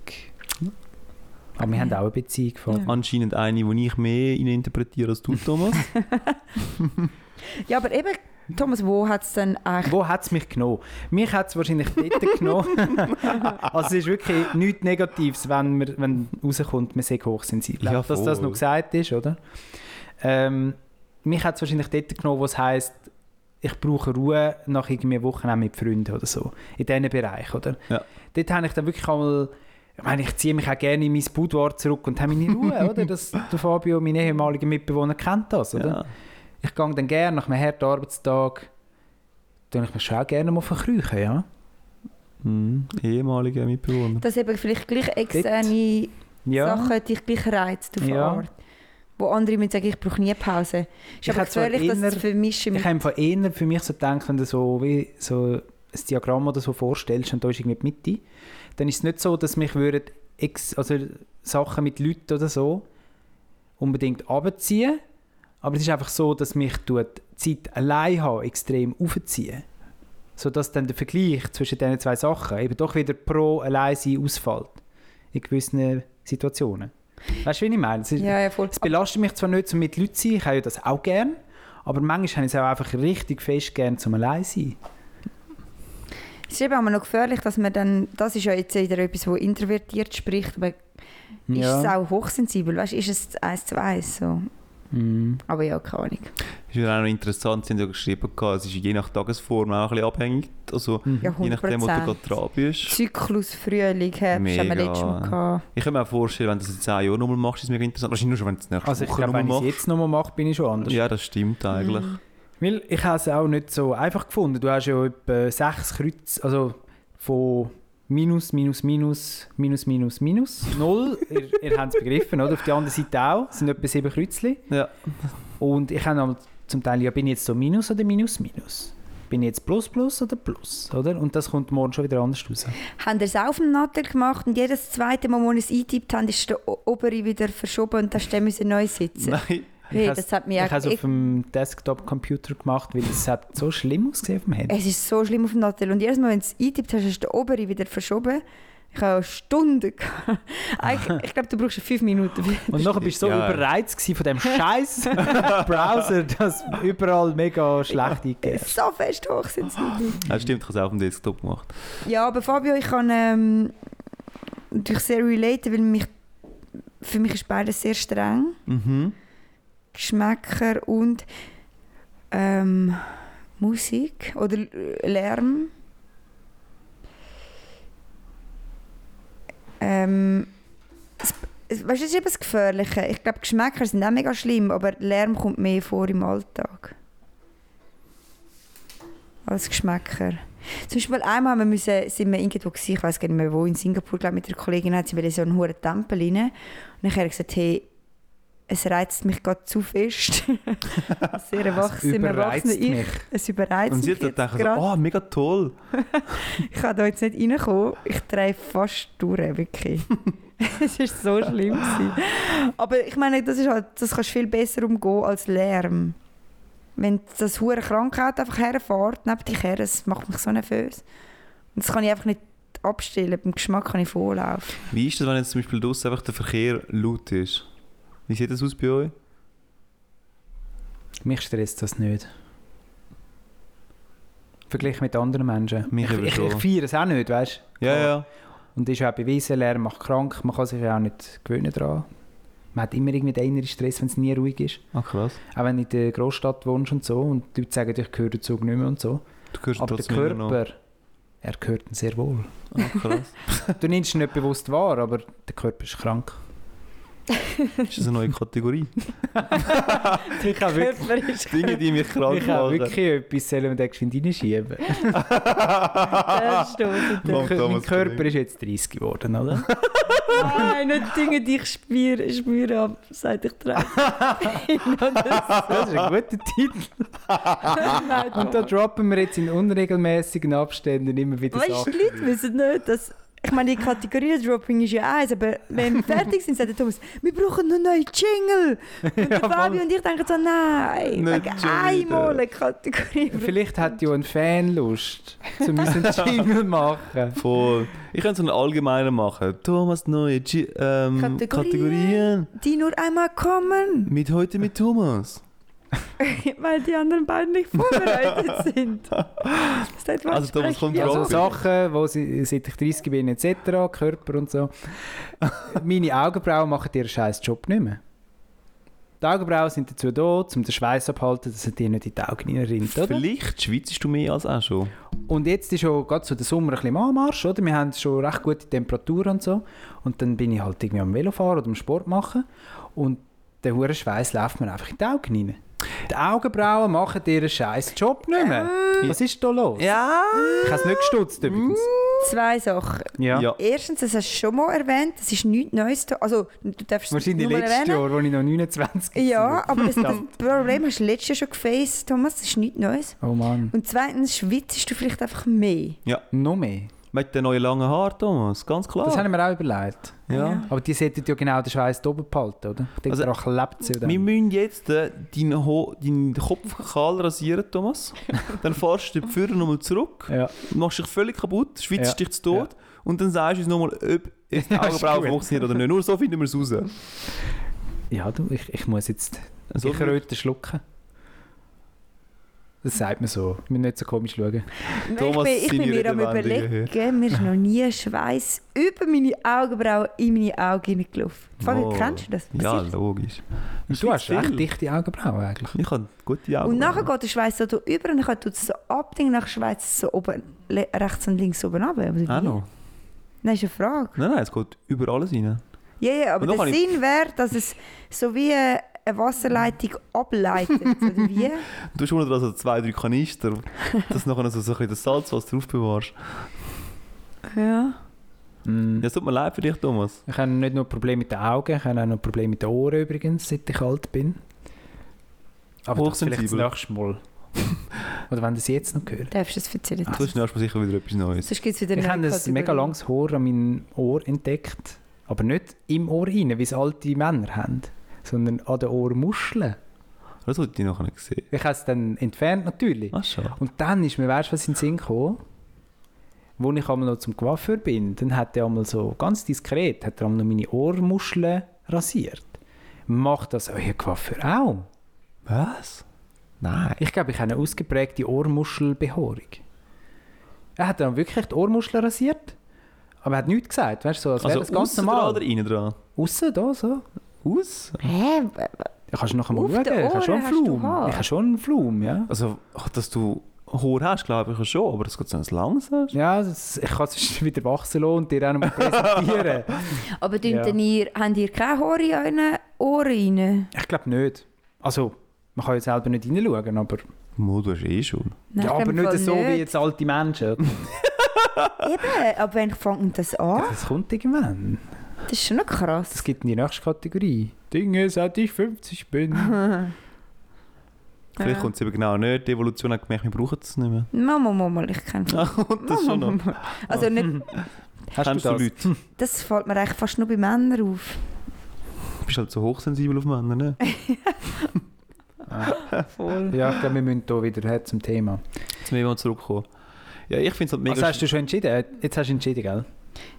Aber wir haben auch eine Beziehung. Von. Ja. Anscheinend eine, die ich mehr interpretiere als du, [LAUGHS] Thomas. ja aber eben, Thomas, wo hat es denn eigentlich, Wo hat es mich genommen? Mich hat es wahrscheinlich dort [LAUGHS] genommen. also es ist wirklich nichts Negatives, wenn, man, wenn rauskommt, man sei hochsensibel. Ja, Dass das voll. noch gesagt ist, oder? Ähm, mich hat es wahrscheinlich dort genommen, wo es heisst, ich brauche Ruhe nach irgendwie Wochen auch mit Freunden oder so. In diesem Bereich, oder? Ja. Dort habe ich dann wirklich einmal... Ich meine, ich ziehe mich auch gerne in mein Boudoir zurück und habe meine [LAUGHS] Ruhe, oder? Das, der Fabio, mein ehemaliger Mitbewohner, kennt das, oder? ja. ich gehe dann gerne nach einem harten Arbeitstag, tue ich mich schon auch gerne mal verkrüchen, ja? Mhm. Ehemaliger Mitbewohner. dass eben vielleicht gleich externe Sachen dich gleich reizt auf eine Ja. Art. Wo andere mir sagen, ich brauche nie Pause. Ist Ich aber habe zwar gefährlich, das inner- zu vermischen Ich mit... habe von eher für mich so gedacht, wenn du so, wie, so ein Diagramm oder so vorstellst und da ist irgendwie die Mitte, dann ist es nicht so, dass mich würden ex, also Sachen mit Leuten oder so unbedingt abziehen, aber es ist einfach so, dass mich tut die Zeit allein haben extrem aufziehen. Sodass dann der Vergleich zwischen diesen zwei Sachen eben doch wieder pro allein sein ausfällt. In gewissen Situationen. Weißt du, wie ich meine? Es ist- Ja, ja, voll. es belastet mich zwar nicht, um mit Leuten zu sein, ich habe ja das auch gern, aber manchmal habe ich es auch einfach richtig fest gern, zum allein zu sein. Es ist eben auch noch gefährlich, dass man dann... Das ist ja jetzt wieder etwas, wo introvertiert spricht, aber ist es auch hochsensibel, weißt? Ist es eins zu eins so? Mm. Aber ja, keine Ahnung. Ist ja auch noch interessant, sie haben ja geschrieben, gehabt, es ist je nach Tagesform auch ein bisschen abhängig. Also Ja, je nachdem, wo du 100%. gerade dran bist. Zyklus, Frühling, Herbst haben wir Mega. letztes Mal gehabt. Ich kann mir auch vorstellen, wenn du das in 10 Jahren nochmal machst, ist es mega interessant. Wahrscheinlich nur schon, wenn du es nächste Also ich Woche glaube, nochmal wenn ich es machst. jetzt nochmal mache, bin ich schon anders. Ja, das stimmt eigentlich. Mhm. Weil ich habe es auch nicht so einfach gefunden. Du hast ja etwa sechs Kreuz, also von minus, minus, minus, minus, minus, minus, null. [LAUGHS] ihr ihr habt es begriffen, oder? Auf der anderen Seite auch. Es sind etwa sieben Kreuzchen. Ja. Und ich habe auch zum Teil, ja, bin ich jetzt so minus oder minus, minus? Bin ich jetzt plus, plus oder plus, oder? Und das kommt morgen schon wieder anders raus. Haben wir es auch auf dem Nattel gemacht und jedes zweite Mal, wo wir es eingetippt haben, ist der o- obere wieder verschoben und dann mussten wir neu sitzen. [LAUGHS] Nein. Hey, has- das hat mich ich auch- habe es ich- auf dem Desktop-Computer gemacht, weil es hat so schlimm ausgesehen auf dem Handy. Es ist so schlimm auf dem Nattel. Und jedes Mal, wenn du es eingetippt hast, hast du den oberen wieder verschoben. Ich habe Stunden. [LAUGHS] gehabt. Eigentlich- ich glaube, du brauchst fünf Minuten. [LAUGHS] [LAUGHS] Und nachher bist du so Ja. überreizt gewesen [LAUGHS] von dem scheiß Browser, dass überall mega schlecht eingegeben ist. so fest hoch sind sie. Ja, stimmt, ich habe es auch auf dem Desktop gemacht. Ja, aber Fabio, ich kann ähm, natürlich sehr relaten, weil mich, für mich ist beides sehr streng. Mhm. Geschmäcker und ähm, Musik oder L- Lärm. Ähm, es- es- weißt du, das ist eben das Gefährliche. Ich glaube, Geschmäcker sind auch mega schlimm, aber Lärm kommt mehr vor im Alltag. Als Geschmäcker. Zum Beispiel einmal haben wir müssen, sind wir irgendwo gewesen, ich weiß gar nicht mehr wo, in Singapur, glaube mit einer Kollegin, hat sie wollte in so einen hohen Tempel rein. Und dann habe ich gesagt, hey, es reizt mich gerade zu fest. [LAUGHS] Sehr erwachsen, im Überreizt Erwachsenen. Ich, mich. es überreizt Und sie mich hat dann jetzt gedacht, gerade. oh, mega toll. Ich kann da jetzt nicht reinkommen. Ich drehe fast durch, wirklich. [LAUGHS] es war so schlimm. Gewesen. Aber ich meine, das, ist halt, das kannst du viel besser umgehen als Lärm. Wenn das hure Krankheit einfach herfährt, neben dich her, das macht mich so nervös. Und das kann ich einfach nicht abstellen. Beim Geschmack kann ich [LAUGHS] vorlaufen. Wie ist das, wenn jetzt zum Beispiel draussen einfach der Verkehr laut ist? Wie sieht das aus bei euch? Mich stresst das nicht. Verglichen mit anderen Menschen. Mich ich, eben ich, schon. ich feiere es auch nicht, weißt Ja, ja. Und das ist ja auch bewiesen, Lärm macht krank, man kann sich ja auch nicht gewöhnen daran. Man hat immer irgendwie den inneren Stress, wenn es nie ruhig ist. Ah, krass. Auch wenn du in der Großstadt wohnst und so und die Leute sagen, ich gehöre dazu nicht mehr und so. Du hörst ihn Aber der trotzdem immer noch. Körper, er gehört ihn sehr wohl. Ah, krass. Du nimmst ihn nicht bewusst wahr, aber der Körper ist krank. Ist das eine neue Kategorie? Ich habe wirklich, Körper ist Dinge, die mich krank ich habe machen. wirklich etwas, sollen wir den geschwind reinschieben? [LAUGHS] das stimmt. Mann, Der Kö- mein Thomas Körper Kollege. ist jetzt 30 geworden, oder? Oh Nein, nicht Dinge, die ich spüre, spüre ab, seit ich [LAUGHS] [LAUGHS] trage. Das ist ein guter Titel. [LAUGHS] Nein, Und da droppen wir jetzt in unregelmäßigen Abständen immer wieder Weißt du, Sachen. die Leute wissen nicht, dass. Ich meine, die Kategorie Dropping ist ja eins, aber wenn wir fertig sind, sagt der Thomas, wir brauchen noch neue [LAUGHS] Jingle. Und der Fabi und ich denken so, nein, Nicht wegen schon wieder. einmal eine Kategorie. Vielleicht hat ja ein Fan Lust, zu unseren Jingle machen. Voll. Ich könnte so einen allgemeinen machen. Thomas neue G ähm, Kategorien. Kategorien. Die nur einmal kommen, [LAUGHS] Mit heute mit Thomas. weil die anderen beiden nicht [LAUGHS] vorbereitet sind. Das heißt, Also, Thomas, kommt Also Robin. Sachen, wo sie, seit ich 30 bin etc., Körper und so. Meine Augenbrauen machen ihren scheiß Job nicht mehr. Die Augenbrauen sind dazu da, um den Schweiß abzuhalten, dass er dir nicht in die Augen hineinrinnt, oder? Vielleicht schwitzt du mehr als auch schon. Und jetzt ist schon gerade so der Sommer ein bisschen am Anmarsch, oder? Wir haben schon recht gute Temperaturen und so. Und dann bin ich halt irgendwie am Velofahren oder am Sport machen und der hure Schweiß läuft mir einfach in die Augen hinein. Die Augenbrauen machen ihren scheiß Job nicht mehr. Was ist da los? Äh? Ja. Mm. Ich habe es nicht gestutzt übrigens. Also, Zwei Sachen. Ja. Erstens, das hast du schon mal erwähnt, das ist nichts Neues. da- Also, du darfst es Wahrscheinlich nur mal letztes erwähnen. Jahr, als ich noch 29 Ja, war. aber [LAUGHS] das, das Problem hast du letztes Jahr schon gefaced, Thomas. Das ist nichts Neues. Oh Mann. Und zweitens schwitzest du vielleicht einfach mehr. Noch mehr. Mit den neuen langen Haaren, Thomas. Ganz klar. Das haben wir auch überlegt. ja. Aber die sollten ja genau den Scheiß da oben behalten, oder? Der Also- also, klebt sie dann. Wir müssen jetzt äh, deinen, Ho deinen Kopf kahl rasieren, Thomas. [LAUGHS] dann fährst du den Führer nochmal zurück, Ja. machst dich völlig kaputt, schwitzt Ja. dich zu Tod und dann sagst du uns nochmal, ob es [LAUGHS] die Ja, ist Augenbrauen gut. funktionieren oder nicht. Nur so finden wir es raus. ja, du, ich, ich muss jetzt So ich röte schlucken. Das sagt man so. Ich muss nicht so komisch schauen. Thomas, ich bin, ich bin seine mir am Redewendungen überlegen, mir ist noch nie Schweiß über meine Augenbrauen in meine Augen hineingelaufen. Fabian, Mal. kennst du das? Ja, Passiert? logisch. Und du hast viel. recht dichte Augenbrauen eigentlich. Ich habe gute Augen. Und nachher geht der Schweiß so da über und dann tut es so ab, dann nach Schweiß so oben, le- rechts und links oben runter. Oder Auch wie? noch. Nein, ist eine Frage. Nein, nein, es geht über alles rein. Ja, ja, aber Und dann der kann Sinn wäre, dass es so wie äh, eine Wasserleitung ableitet. [LAUGHS] oder wie? Du hast unten dran so zwei, drei Kanister, dass nachher noch so, so ein bisschen das Salzwasser drauf bewahrst. Ja. Mm. Ja, es tut mir leid für dich, Thomas. Ich habe nicht nur Probleme mit den Augen, ich habe auch noch Probleme mit den Ohren übrigens, seit ich alt bin. Aber das vielleicht das Hochsensibel. nächste Mal. [LAUGHS] Oder wenn ihr es jetzt noch hört. Darfst du es erzählen? Du hast nächstes Mal sicher wieder etwas Neues. Sonst gibt es wieder Ich neue habe ein Kategorien. mega langes Haar an meinem Ohr entdeckt. Aber nicht im Ohr rein, wie es alte Männer haben, sondern an den Ohrmuscheln. Das wollte ich nachher nicht sehen. Ich habe es dann entfernt natürlich. Ach, schade. Und dann ist mir, weißt du, was in den Sinn gekommen? Wo ich einmal noch zum Coiffeur bin, dann hat er einmal so ganz diskret, hat er einmal noch meine Ohrmuscheln rasiert. Macht das euer Coiffeur auch? Was? Nein. Ich glaube, ich habe eine ausgeprägte Ohrmuschelbehaarung. Er hat dann wirklich die Ohrmuscheln rasiert, aber er hat nichts gesagt, weißt du, so, als Also, wäre das ganz aussen normal. dran oder innen dran? Aussen da, so. Aus? Hä? Da kannst du nachher mal Auf schauen. den ich habe schon Ohren einen hast du Flum. Haar. Ich habe schon einen Flum, ja. Also, ach, dass du Haar hast, glaube ich schon, aber dass du so ein langes hast. Ja, das, ich kann es [LAUGHS] wieder wachsen lassen und dir auch noch mal präsentieren. Aber Ja. dünnt denn ihr, habt ihr keine Haare in euren Ohren rein? [LAUGHS] ich glaube nicht. Also, man kann ja selber nicht hineinschauen, aber... Mo, du hast eh schon. ja, Nein, ich aber glaub im nicht Fall so wie nicht. jetzt alte Menschen. Eben, aber wenn fängt das an? Das kommt irgendwann. Das ist schon noch krass. Das gibt in die nächste Kategorie. Dinge, seit ich 50 [LAUGHS] bin. Vielleicht kommt es eben genau nicht. Die Evolution hat gemerkt, wir brauchen es [LAUGHS] nicht mehr. Mama, Mama, ich kenne Ach, und das schon noch. Also nicht, Hast Kennst du das? Leute? das fällt mir eigentlich fast nur bei Männern auf. Du bist halt so hochsensibel auf [LAUGHS] Männer, ne? Voll. Ja, ich glaube, wir müssen hier wieder her zum Thema. Jetzt müssen wir mal zurückkommen. Ja, ich finde es halt mega... Also hast du schon entschieden? Äh, Jetzt hast du entschieden, gell?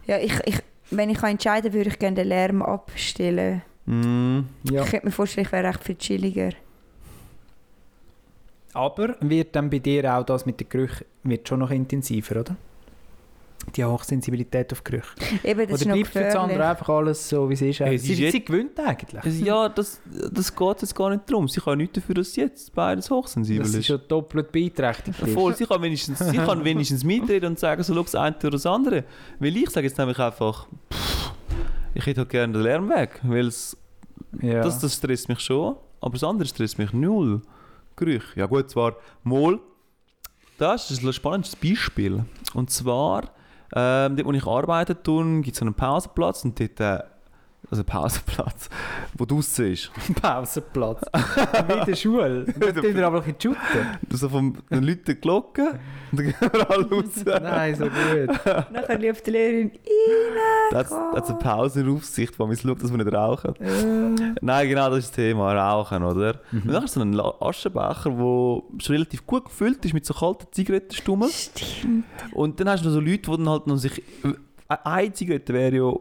Ja, ich, ich, wenn ich kann entscheiden würde ich gerne den Lärm abstellen. Mm, Ja. Ich könnte mir vorstellen, ich wäre echt viel chilliger. Aber wird dann bei dir auch das mit dem Geruch wird schon noch intensiver, oder? die haben Hochsensibilität auf Gerüche. Eben, das ist Oder noch bleibt für das andere gefährlich. einfach alles so, wie es ist? Äh, Hey, es sie, ist sie, jetzt- gewöhnt eigentlich. Ja, das, das geht jetzt gar nicht darum. Sie kann nichts dafür, dass jetzt beides hochsensibel Das ist ist. schon doppelt beeinträchtigt. Voll, sie kann wenigstens, sie kann wenigstens mitreden und sagen, so schau das eine oder das andere. Weil ich sage jetzt nämlich einfach, pff, ich hätte halt gerne den Lärm weg, weil es, Ja. das, das stresst mich schon, aber das andere stresst mich null. Gerüche. Ja gut, zwar mal, das ist ein spannendes Beispiel. Und zwar, ähm, dort wo ich arbeite, gibt es einen Pausenplatz und dort, äh, also Pausenplatz, wo draussen ist. Pausenplatz. Wie [LAUGHS] in der [LAUGHS] Schule. Und Dort tun wir aber ein bisschen shooten. so vom, dann läutet die Glocke und dann gehen wir alle raus. Nein, so gut. [LAUGHS] Nachher läuft die Lehrerin rein. Das, das ist eine Pausenaufsicht, wo man schaut, dass wir nicht rauchen. Nein, genau, das ist das Thema, Rauchen, oder? Und dann ist so ein La- Aschenbecher, der schon relativ gut gefüllt ist mit so kalten Zigarettenstummel. Stimmt. Und dann hast du noch so Leute, die dann halt noch sich... Eine Zigarette wäre ja,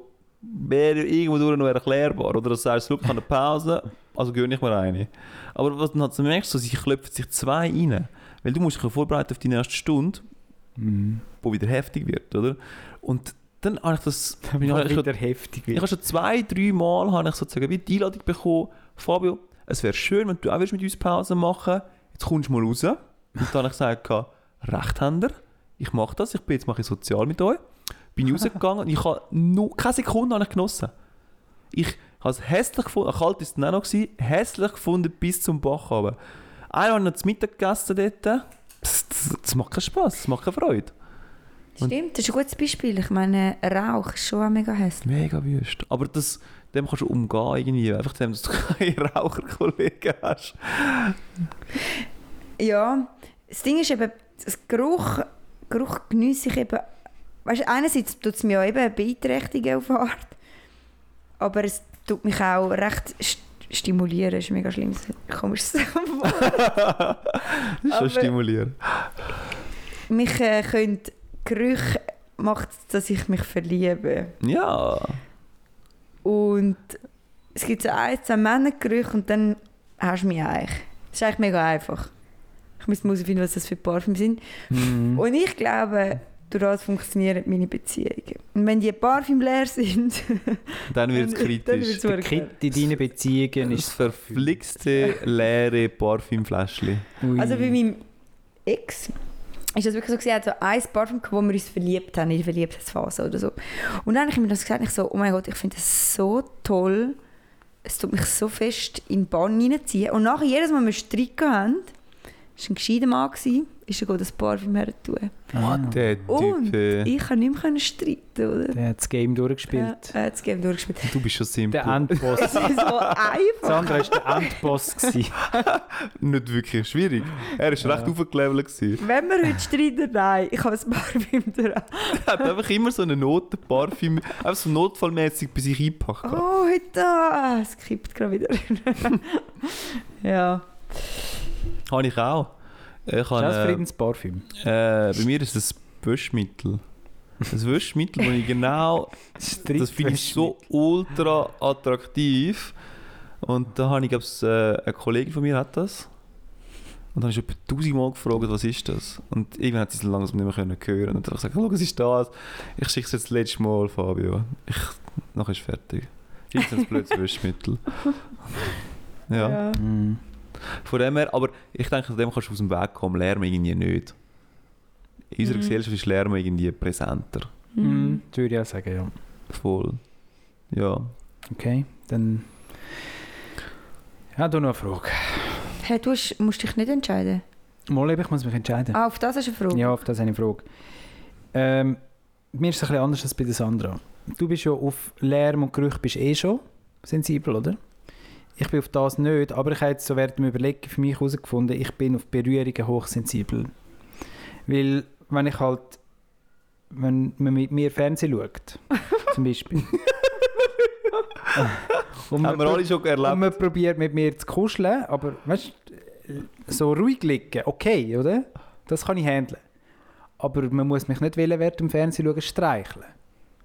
wäre ja irgendwo durch noch erklärbar, oder? Dass du sagst, schau, ich habe eine Pause, also gönne ich mir eine. Aber was dann halt so merkst, du, sie klopfen sich zwei rein. Weil du musst dich ja vorbereiten auf die nächste Stunde. Mhm. wo wieder heftig wird, oder? Und dann habe ich das, bin ich, halt Wieder habe ich, schon, heftig. ich habe schon zwei, drei Mal habe ich sozusagen wie die Einladung bekommen, Fabio, es wäre schön, wenn du auch würdest mit uns Pause machen jetzt kommst du mal raus. Und dann habe ich gesagt, Rechthänder, ich mache das, ich bin jetzt mache ich sozial mit euch. Bin ich rausgegangen und ich habe nur, keine Sekunde habe ich genossen. Ich habe es hässlich gefunden, kalt war es dann auch noch, gewesen, hässlich gefunden bis zum Bach runter. Einmal habe ich noch zu Mittag gegessen dort. Psst, Das, das macht keinen Spaß, das macht keine Freude. Und- Stimmt, das ist ein gutes Beispiel. Ich meine, Rauch ist schon auch mega hässlich. Mega wüst. Aber das, dem kannst du umgehen irgendwie. Einfach dem, dass du [LAUGHS] keinen Raucherkollegen [LAUGHS] hast. Ja, das Ding ist eben, das Geruch, Geruch geniesse ich eben. Weißt du, einerseits tut es mir ja eben beeinträchtigen auf eine Art, aber es tut mich auch recht st stimulieren. Das ist ein mega schlimm. Komisches [LAUGHS] Wort. Das ist Aber- schon stimulierend. Mich äh, könnt Gerüche macht, dass ich mich verliebe. Ja. Und es gibt so ein, zwei Männergerüche und dann hast du mich eigentlich. Das ist eigentlich mega einfach. Ich muss herausfinden, was das für Parfüm sind. Und ich glaube, durch das funktionieren meine Beziehungen. Und wenn die Parfüm leer sind, Dann wird [LAUGHS] Dann- dann es kritisch. wird's- Der Kind in deinen Beziehungen Das ist... verflixte leere Parfümfläschchen. Ui. also bei meinem Ex, ist das wirklich so, gewesen, er hat so ein Parfüm, gehabt, wo wir uns verliebt haben, in der Verliebtheitsphase oder so. Und dann habe ich mir das gesagt, ich so, oh mein Gott, ich finde das so toll. Es tut mich so fest in den Bann reinziehen. Und nachher, jedes Mal, wenn wir Streit gehabt haben, war ein gescheiter Mann, gewesen, ist er das Parfüm her tun. Ah, [LAUGHS] Der Und Typ. äh, ich kann nicht mehr streiten, oder? der hat das Game durchgespielt. Ja, er hat das Game durchgespielt. Du bist schon Der simpel. Endboss. [LAUGHS] Das ist so Das einfach. andere war der Endboss. gewesen. [LAUGHS] Nicht wirklich schwierig. Er war recht aufgelevelt. gewesen. Wenn wir heute streiten, nein, ich habe ein Parfüm dran. [LAUGHS] Er hat einfach immer so eine Note Parfüm, einfach so notfallmäßig bei sich eingepackt. Oh, heute, ah, es kippt gerade wieder. [LAUGHS] ja. Habe ich auch. Ich Ist habe, das äh, Friedensparfüm? Äh, bei mir ist es Wäschmittel. Das Wäschmittel, das ich genau. Das finde ich so ultra attraktiv. Und da habe ich, glaube äh, eine Kollegin von mir hat das. Und dann habe ich etwa tausendmal gefragt, was ist das? Und irgendwann hat sie es langsam nicht mehr können hören. Und dann habe ich gesagt, schau, was ist das? Ich schicke es jetzt das letzte Mal, Fabio. Ich, nachher ist fertig. Jetzt ein blödes Wäschmittel. Ja. ja. Mhm. Von dem her, aber ich denke, von dem kannst du aus dem Weg kommen. Lärm irgendwie nicht. In unserer Mhm. Gesellschaft ist Lärm irgendwie präsenter. Mhm. Das würde ich auch sagen, ja. Voll. Ja. Okay, dann... Ja, du noch eine Frage. Hey, du hast, musst dich nicht entscheiden. Mal eben, ich muss mich entscheiden. Ah, auf das hast du eine Frage. Ja, auf das habe ich eine Frage. Ähm, mir ist es ein bisschen anders als bei der Sandra. Du bist ja auf Lärm und Gerüche bist eh schon sensibel, oder? Ich bin auf das nicht, aber ich habe jetzt so während dem Überlegen für mich herausgefunden, ich bin auf Berührungen hochsensibel. Weil, wenn ich halt, wenn man mit mir Fernsehen schaut, zum Beispiel. und Haben wir alle schon und erlebt. man probiert mit mir zu kuscheln, aber weißt so ruhig liegen, okay, oder? Das kann ich handeln. Aber man muss mich nicht wollen, während dem Fernsehen schauen, streicheln.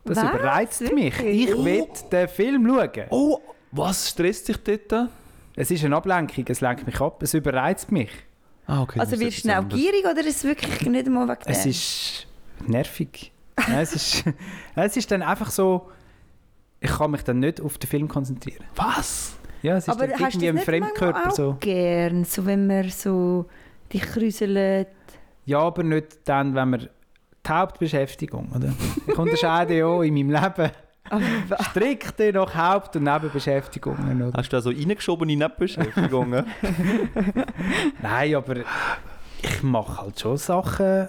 Das Was? überreizt mich. Wirklich? Oh. Ich will den Film schauen. Oh, was stresst dich dort? Es ist eine Ablenkung, es lenkt mich ab, es überreizt mich. Ah, okay. also das wirst ist du etwas schnell anderes. Äh. gierig oder ist es wirklich nicht einmal wegen Es dem? ist nervig. Nein, es, ist, [LAUGHS] es ist dann einfach so, ich kann mich dann nicht auf den Film konzentrieren. Was? Ja, es ist Aber dann hast irgendwie du das ein nicht Fremdkörper. manchmal auch So. gern, so wenn man so dich kräuselt? Ja, aber nicht dann, wenn man die Hauptbeschäftigung, oder? Ich unterscheide ja auch in meinem Leben Aber wa- strikte nach Haupt- und Nebenbeschäftigungen. [LAUGHS] Oder? Hast du da so [LAUGHS] reingeschobene Nebenbeschäftigungen? Nein, aber ich mache halt schon Sachen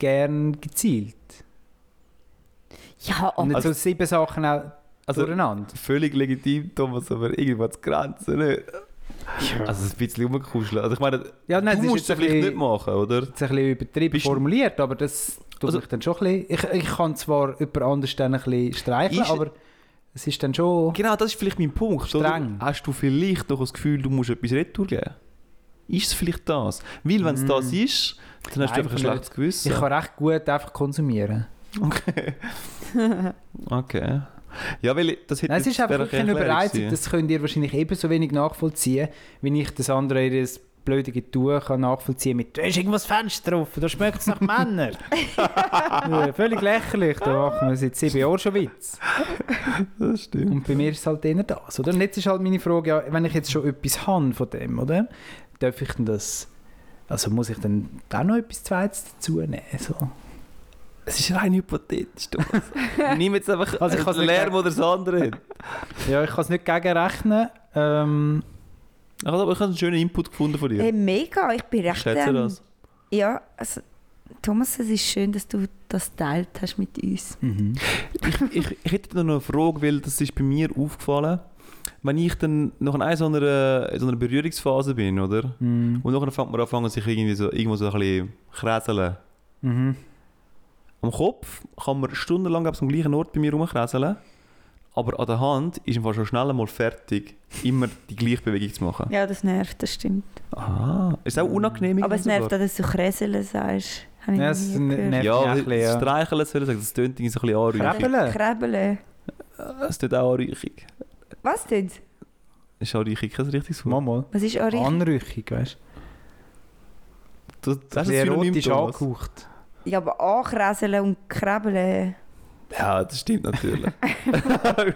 gern gezielt. ja, Und aber nicht so sieben Sachen auch Also- durcheinander. Völlig legitim, Thomas, aber irgendwo hat es Grenzen. Nicht? Also ein bisschen rumkuscheln. Also ich meine, Ja, nein, das ist du musst jetzt es ein vielleicht bisschen- nicht machen, oder? jetzt ein bisschen übertrieben Bist du- formuliert, aber das tut Also- mich dann schon ein bisschen... Ich, ich kann zwar jemand anders dann ein bisschen streicheln, Ist- aber es ist dann schon... Genau, das ist vielleicht mein Punkt. Streng. Oder? Hast du vielleicht noch das Gefühl, du musst etwas retour geben? Ist es vielleicht das? Weil wenn es das ist, dann hast Mm. Nein, du einfach ein ich kann schlechtes Gewissen. Ich kann recht gut einfach konsumieren. Okay. [LAUGHS] okay. Ja, weil ich- das hätte Nein, es ist jetzt einfach wäre wirklich eine Erklärung Überreizung, gewesen. das könnt ihr wahrscheinlich ebenso wenig nachvollziehen, wie ich das andere ihr blöde Getue kann nachvollziehen mit «Da ist irgendwas Fenster offen, da schmeckt es nach [LAUGHS] Männern!» ja, Völlig lächerlich, da machen wir seit sieben Jahren schon Witz. Das stimmt. Und bei mir ist es halt eher das, oder? Und jetzt ist halt meine Frage, ja, wenn ich jetzt schon etwas habe von dem, oder? Darf ich denn das... Also muss ich dann auch noch etwas Zweites dazu nehmen, so? Es ist rein hypothetisch. Thomas. [LAUGHS] Nimm jetzt einfach Also also ich kann's den nicht Lärm, den das andere hat. Ja, ich kann es nicht gegenrechnen, ähm... Ich habe aber ich habe einen schönen Input gefunden von dir. Äh. hey, mega, ich bin ich recht... schätze ähm, das. Ja, also, Thomas, es ist schön, dass du das teilt hast mit uns. Mhm. ich, ich hätte da noch eine Frage, weil das ist bei mir aufgefallen. Wenn ich dann noch in einer so einer, so einer Berührungsphase bin, oder? Mhm. Und nachher fängt man anfangen, sich irgendwie so, irgendwo so ein bisschen kräseln. Mhm. Am Kopf kann man stundenlang glaub ich, am gleichen Ort bei mir rumkräseln. Aber an der Hand ist man schon schnell mal fertig, immer die gleiche Bewegung zu machen. Ja, das nervt, das stimmt. Ah, ist auch unangenehm. Aber es irgendwie nervt auch, sogar. dass du Kräseln sagst. Habe ich Ja, noch es nie ne- gehört. nervt. Ja, Ja, ein bisschen, das ja. Streicheln, das, will ich sagen, das tönt irgendwie so ein bisschen Krabbeln? anrüchig. Kräbeln. Das tönt auch anrüchig. Was denn? Ist anrüchig kein richtiges Wort? Mal, Was ist auch mal. richtig? Anrüchig, weißt Das, das ist Ein ein bisschen Synonym, erotisch Thomas. angehaucht. Ja, aber ankräseln und kräbeln. Ja, das stimmt natürlich. [LAUGHS]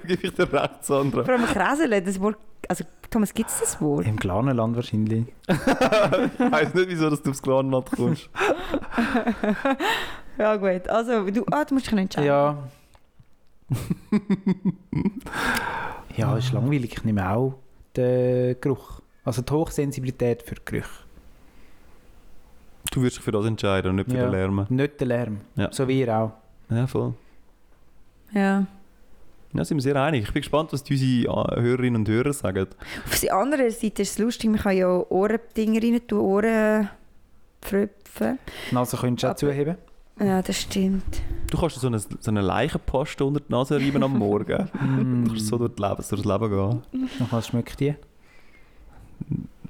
Gebe ich dir recht, Sandra. Vor allem kräseln, das Wort... Also, Thomas, gibt es das Wort? Im Glanenland wahrscheinlich. ich weiss nicht, wieso dass du aufs Glanland kommst. Ja, gut. Also, du, ah, du musst dich entscheiden. Ja. [LAUGHS] ja, ist langweilig. Ich nehme auch den Geruch. Also die Hochsensibilität für Gerüche. Du wirst dich für das entscheiden und nicht für Ja. den Lärm. Nicht den Lärm. Ja. So wie ihr auch. Ja, voll. ja. Ja, sind wir sehr einig. Ich bin gespannt, was die unsere äh, Hörerinnen und Hörer sagen. Auf der anderen Seite ist es lustig, man kann ja Ohrendinger rein tun, Ohrenfröpfe. Die Nase könntest du auch Aber- zuheben. Ja, das stimmt. Du kannst dir so eine, so eine Leichenpaste unter die Nase reiben am [LAUGHS] Morgen. [LAUGHS] Du kannst so durch, die Leben, durch das Leben gehen. Nach was schmeckt die?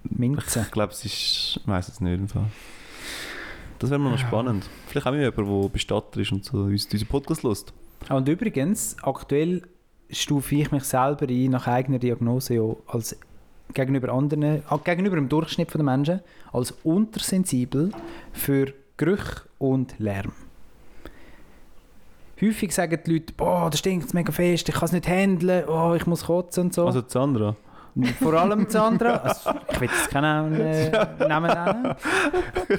Minze. Ich glaube, es ist... Ich weiss es nicht. im Fall. Das wäre mal noch spannend. Vielleicht auch mal jemand, der Bestatter ist und so uns- unseren Podcast hört. Ah, Und übrigens, aktuell stufe ich mich selber ein, nach eigener Diagnose, ja, als gegenüber anderen, ah, gegenüber dem Durchschnitt der Menschen, als untersensibel für Gerüche und Lärm. Häufig sagen die Leute, boah, das stinkt mega fest, ich kann es nicht handeln, oh, ich muss kotzen und so. Also Sandra. Vor allem Sandra. Also, ich will jetzt keinen äh, Namen nennen.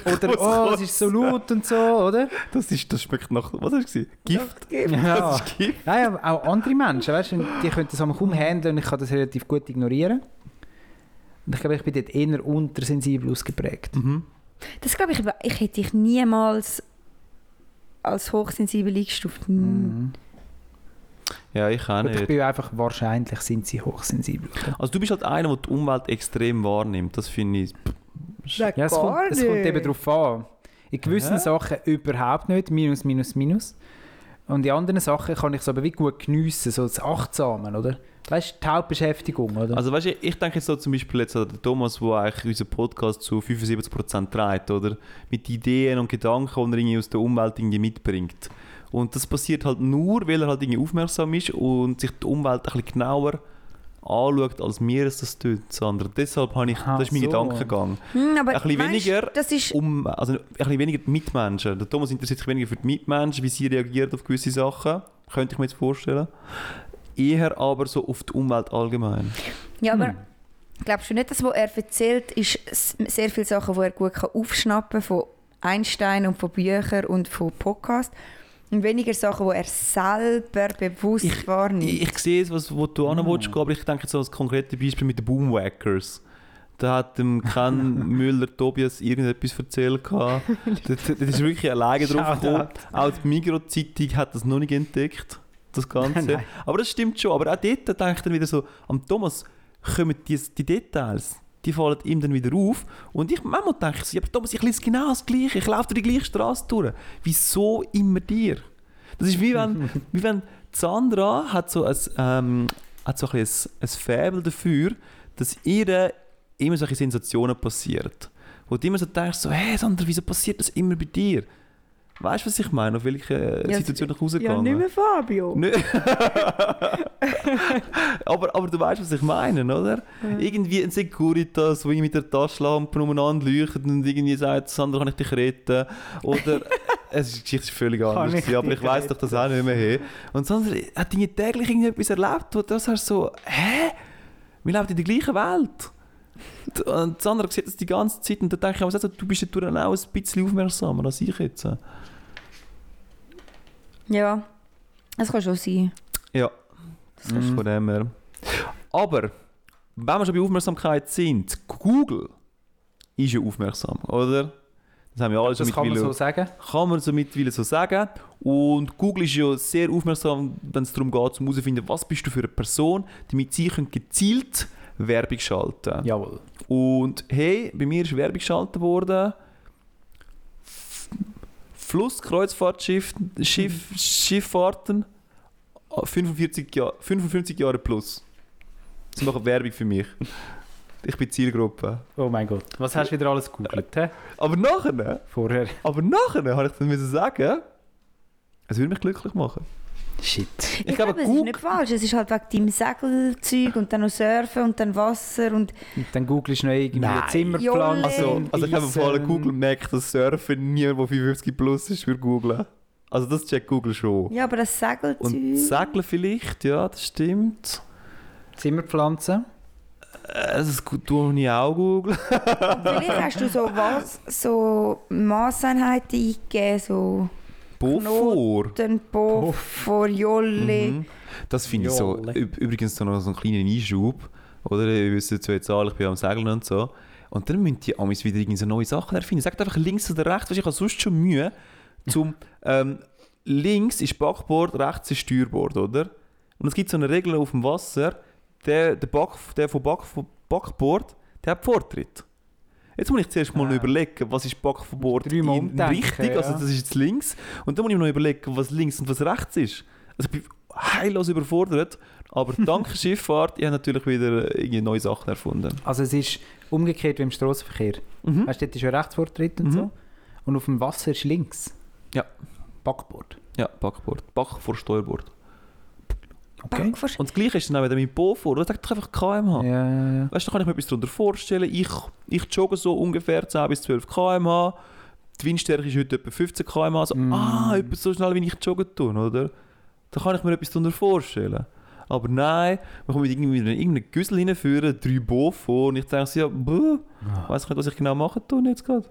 Oder, oh, es ist so laut und so, oder? Das, ist, das schmeckt nach... Was hast du gesehen? Gift? Ja. Das ist Gift. Nein, aber auch andere Menschen, weißt du, die können das einmal kaum handeln und ich kann das relativ gut ignorieren. Und ich glaube, ich bin dort eher untersensibel ausgeprägt. Mhm. Das glaube ich, aber ich hätte dich niemals als Hm. hochsensibel eingestuft. Ja, ich Gut, auch Mhm. Ich nicht. bin einfach, wahrscheinlich sind sie hochsensibel. oder? Also du bist halt einer, der die Umwelt extrem wahrnimmt. Das finde ich... Ja, es Gar kommt, es kommt nicht. eben darauf an. In gewissen Ja. Sachen überhaupt nicht, minus, minus, minus. Und in anderen Sachen kann ich es aber wie gut geniessen, so das Achtsamen, oder? Weißt du, die Hauptbeschäftigung, oder? Also weißt du, ich denke jetzt so zum Beispiel jetzt an den Thomas, der eigentlich unseren Podcast zu 75% trägt, oder? Mit Ideen und Gedanken, die er irgendwie aus der Umwelt irgendwie mitbringt. Und das passiert halt nur, weil er halt irgendwie aufmerksam ist und sich die Umwelt ein bisschen genauer anschaut, als mir es das tut, Sandra. Deshalb habe ich, Aha, das ist mein so. Gedankengang. Hm, aber Ein bisschen meinst, weniger Das ist, Um, also ein bisschen weniger die Mitmenschen. Der Thomas interessiert sich weniger für die Mitmenschen, wie sie reagiert auf gewisse Sachen. Könnte ich mir jetzt vorstellen. Eher aber so auf die Umwelt allgemein. ja, aber glaubst du nicht, dass was er erzählt, ist s- sehr viele Sachen, die er gut kann aufschnappen kann von Einstein und von Büchern und von Podcasts und weniger Sachen, die er selber bewusst Ich- wahrnimmt. Ich, ich sehe es, was, wo du hin Ah. willst, gehen, aber ich denke jetzt so als konkretes Beispiel mit den Boomwhackers. Da hat dem [LAUGHS] Ken Müller Tobias irgendetwas erzählt. gehabt. Das, das ist wirklich alleine drauf Shoutout. gekommen. Auch die Migros-Zeitung hat das noch nicht entdeckt, das Ganze. [LAUGHS] Nein. Aber das stimmt schon. Aber auch dort denke ich dann wieder so, am Thomas kommen die, die Details, die fallen ihm dann wieder auf. Und ich manchmal denke ich so, ja, aber Thomas, ich lese genau das Gleiche, ich laufe durch die gleiche Straße durch. Wieso immer dir? Das ist wie wenn, [LAUGHS] wie wenn Sandra hat so ein, ähm, hat so ein, bisschen ein, ein Faible dafür, dass ihr immer solche Sensationen passiert. Wo du immer so denkst, so, hey Sandra, wieso passiert das immer bei dir? Weißt du, was ich meine? Auf welche äh, Ja, Situation ich rausgegangen ja, nicht mehr Fabio. Nö. aber, aber du weißt, was ich meine, oder? Irgendwie ein Securitas, der mit der Taschenlampe umeinander leuchtet und irgendwie sagt, Sandra, kann ich dich retten? [LAUGHS] Oder es ist, die Geschichte ist völlig Kann anders, ich ja, aber dich ich weiß doch das auch nicht mehr. Hey. Und Sandra hat irgendwie täglich irgendetwas erlebt, wo du das hast so, hä? Wir leben in der gleichen Welt. Und- Und Sandra sieht das die ganze Zeit und dann denke ich mir auch so, du bist ja dann auch ein bisschen aufmerksamer als ich jetzt. Ja, das kann schon sein. Ja, das ist Mhm. von dem her. Aber, wenn wir schon bei Aufmerksamkeit sind, Google ist ja aufmerksam, oder? Das haben wir alle schon Das kann man so mittlerweile- sagen. kann man so mittlerweile so sagen. Und Google ist ja sehr aufmerksam, wenn es darum geht, um herauszufinden, was bist du für eine Person, damit sie können gezielt Werbung schalten können. Jawohl. Und hey, bei mir ist Werbung geschaltet worden. F- Flusskreuzfahrtschiff, Schiff, Schifffahrten, Ah, 45, Jahr, 55 Jahre plus. Sie machen Werbung für mich. Ich bin Zielgruppe. Oh mein Gott. Was hast du wieder alles gegoogelt? hä? Aber nachher, Vorher. aber nachher habe ich dann müssen sagen, es würde mich glücklich machen. Shit. Ich, glaube, es ist Google, nicht falsch. Es ist halt wegen deinem Segelzeug und dann noch Surfen und dann Wasser und Und dann googelst du noch irgendwie Nein. Zimmerplan. Jolle. also, also ich habe vor allem Eisen. Google merkt, dass Surfen niemand, der 55 plus ist, würde googlen. Also das checkt Google schon. ja, aber das Segelzeug. Und Segeln vielleicht, ja, das stimmt. Zimmerpflanzen. Äh, Das tue ich auch googeln. [LAUGHS] Vielleicht hast du so was, so Maßeinheiten eingegeben, so Beaufort. den Puff vor Jolle. Mhm. Das finde ich so. Jolle. üb- Übrigens so noch so einen kleinen Einschub. Oder ihr wisst jetzt jetzt alle, ich bin am Segeln und so. Und dann müssen die amis wieder irgendwie so neue Sachen erfinden. Sagt einfach links oder rechts, weil ich habe sonst schon Mühe zum ähm, links ist Backbord, rechts ist Steuerbord, oder? Und es gibt so eine Regel auf dem Wasser, der, der, Back, der von Back, von Backbord, der hat Vortritt. Jetzt muss ich zuerst mal Ah. überlegen, was ist Back von Bord Drei Mal in, umdenken, richtig, ja. also das ist jetzt links. Und dann muss ich mir noch überlegen, was links und was rechts ist. Also ich bin heillos überfordert, aber [LAUGHS] dank Schifffahrt, ich habe natürlich wieder äh, irgendwie neue Sachen erfunden. Also es ist umgekehrt wie im Straßenverkehr. Mhm. Weißt du, dort ist ja Rechtsvortritt und Mhm. so. Und auf dem Wasser ist links. Ja. Backboard. Ja, Backbord. Back vor Steuerbord. Okay. Back vor Sch- Und das gleiche ist dann auch wieder mit Beaufort, oder? Sag doch einfach KMH. Ja, ja, ja. Weißt du, da kann ich mir etwas darunter vorstellen. Ich, ich jogge so ungefähr 10 bis 12 km/h. Die Windstärke ist heute etwa 15 km/h. Also, Mm. Ah, etwa so schnell, wie ich joggen tue, oder? Da kann ich mir etwas darunter vorstellen. Aber nein, man kommt mit irgendwie mit irgendeinem Güssel hinführen, drei Bo vor und ich denke so, ja, buh, ich weiß nicht, was ich genau machen tue jetzt gerade.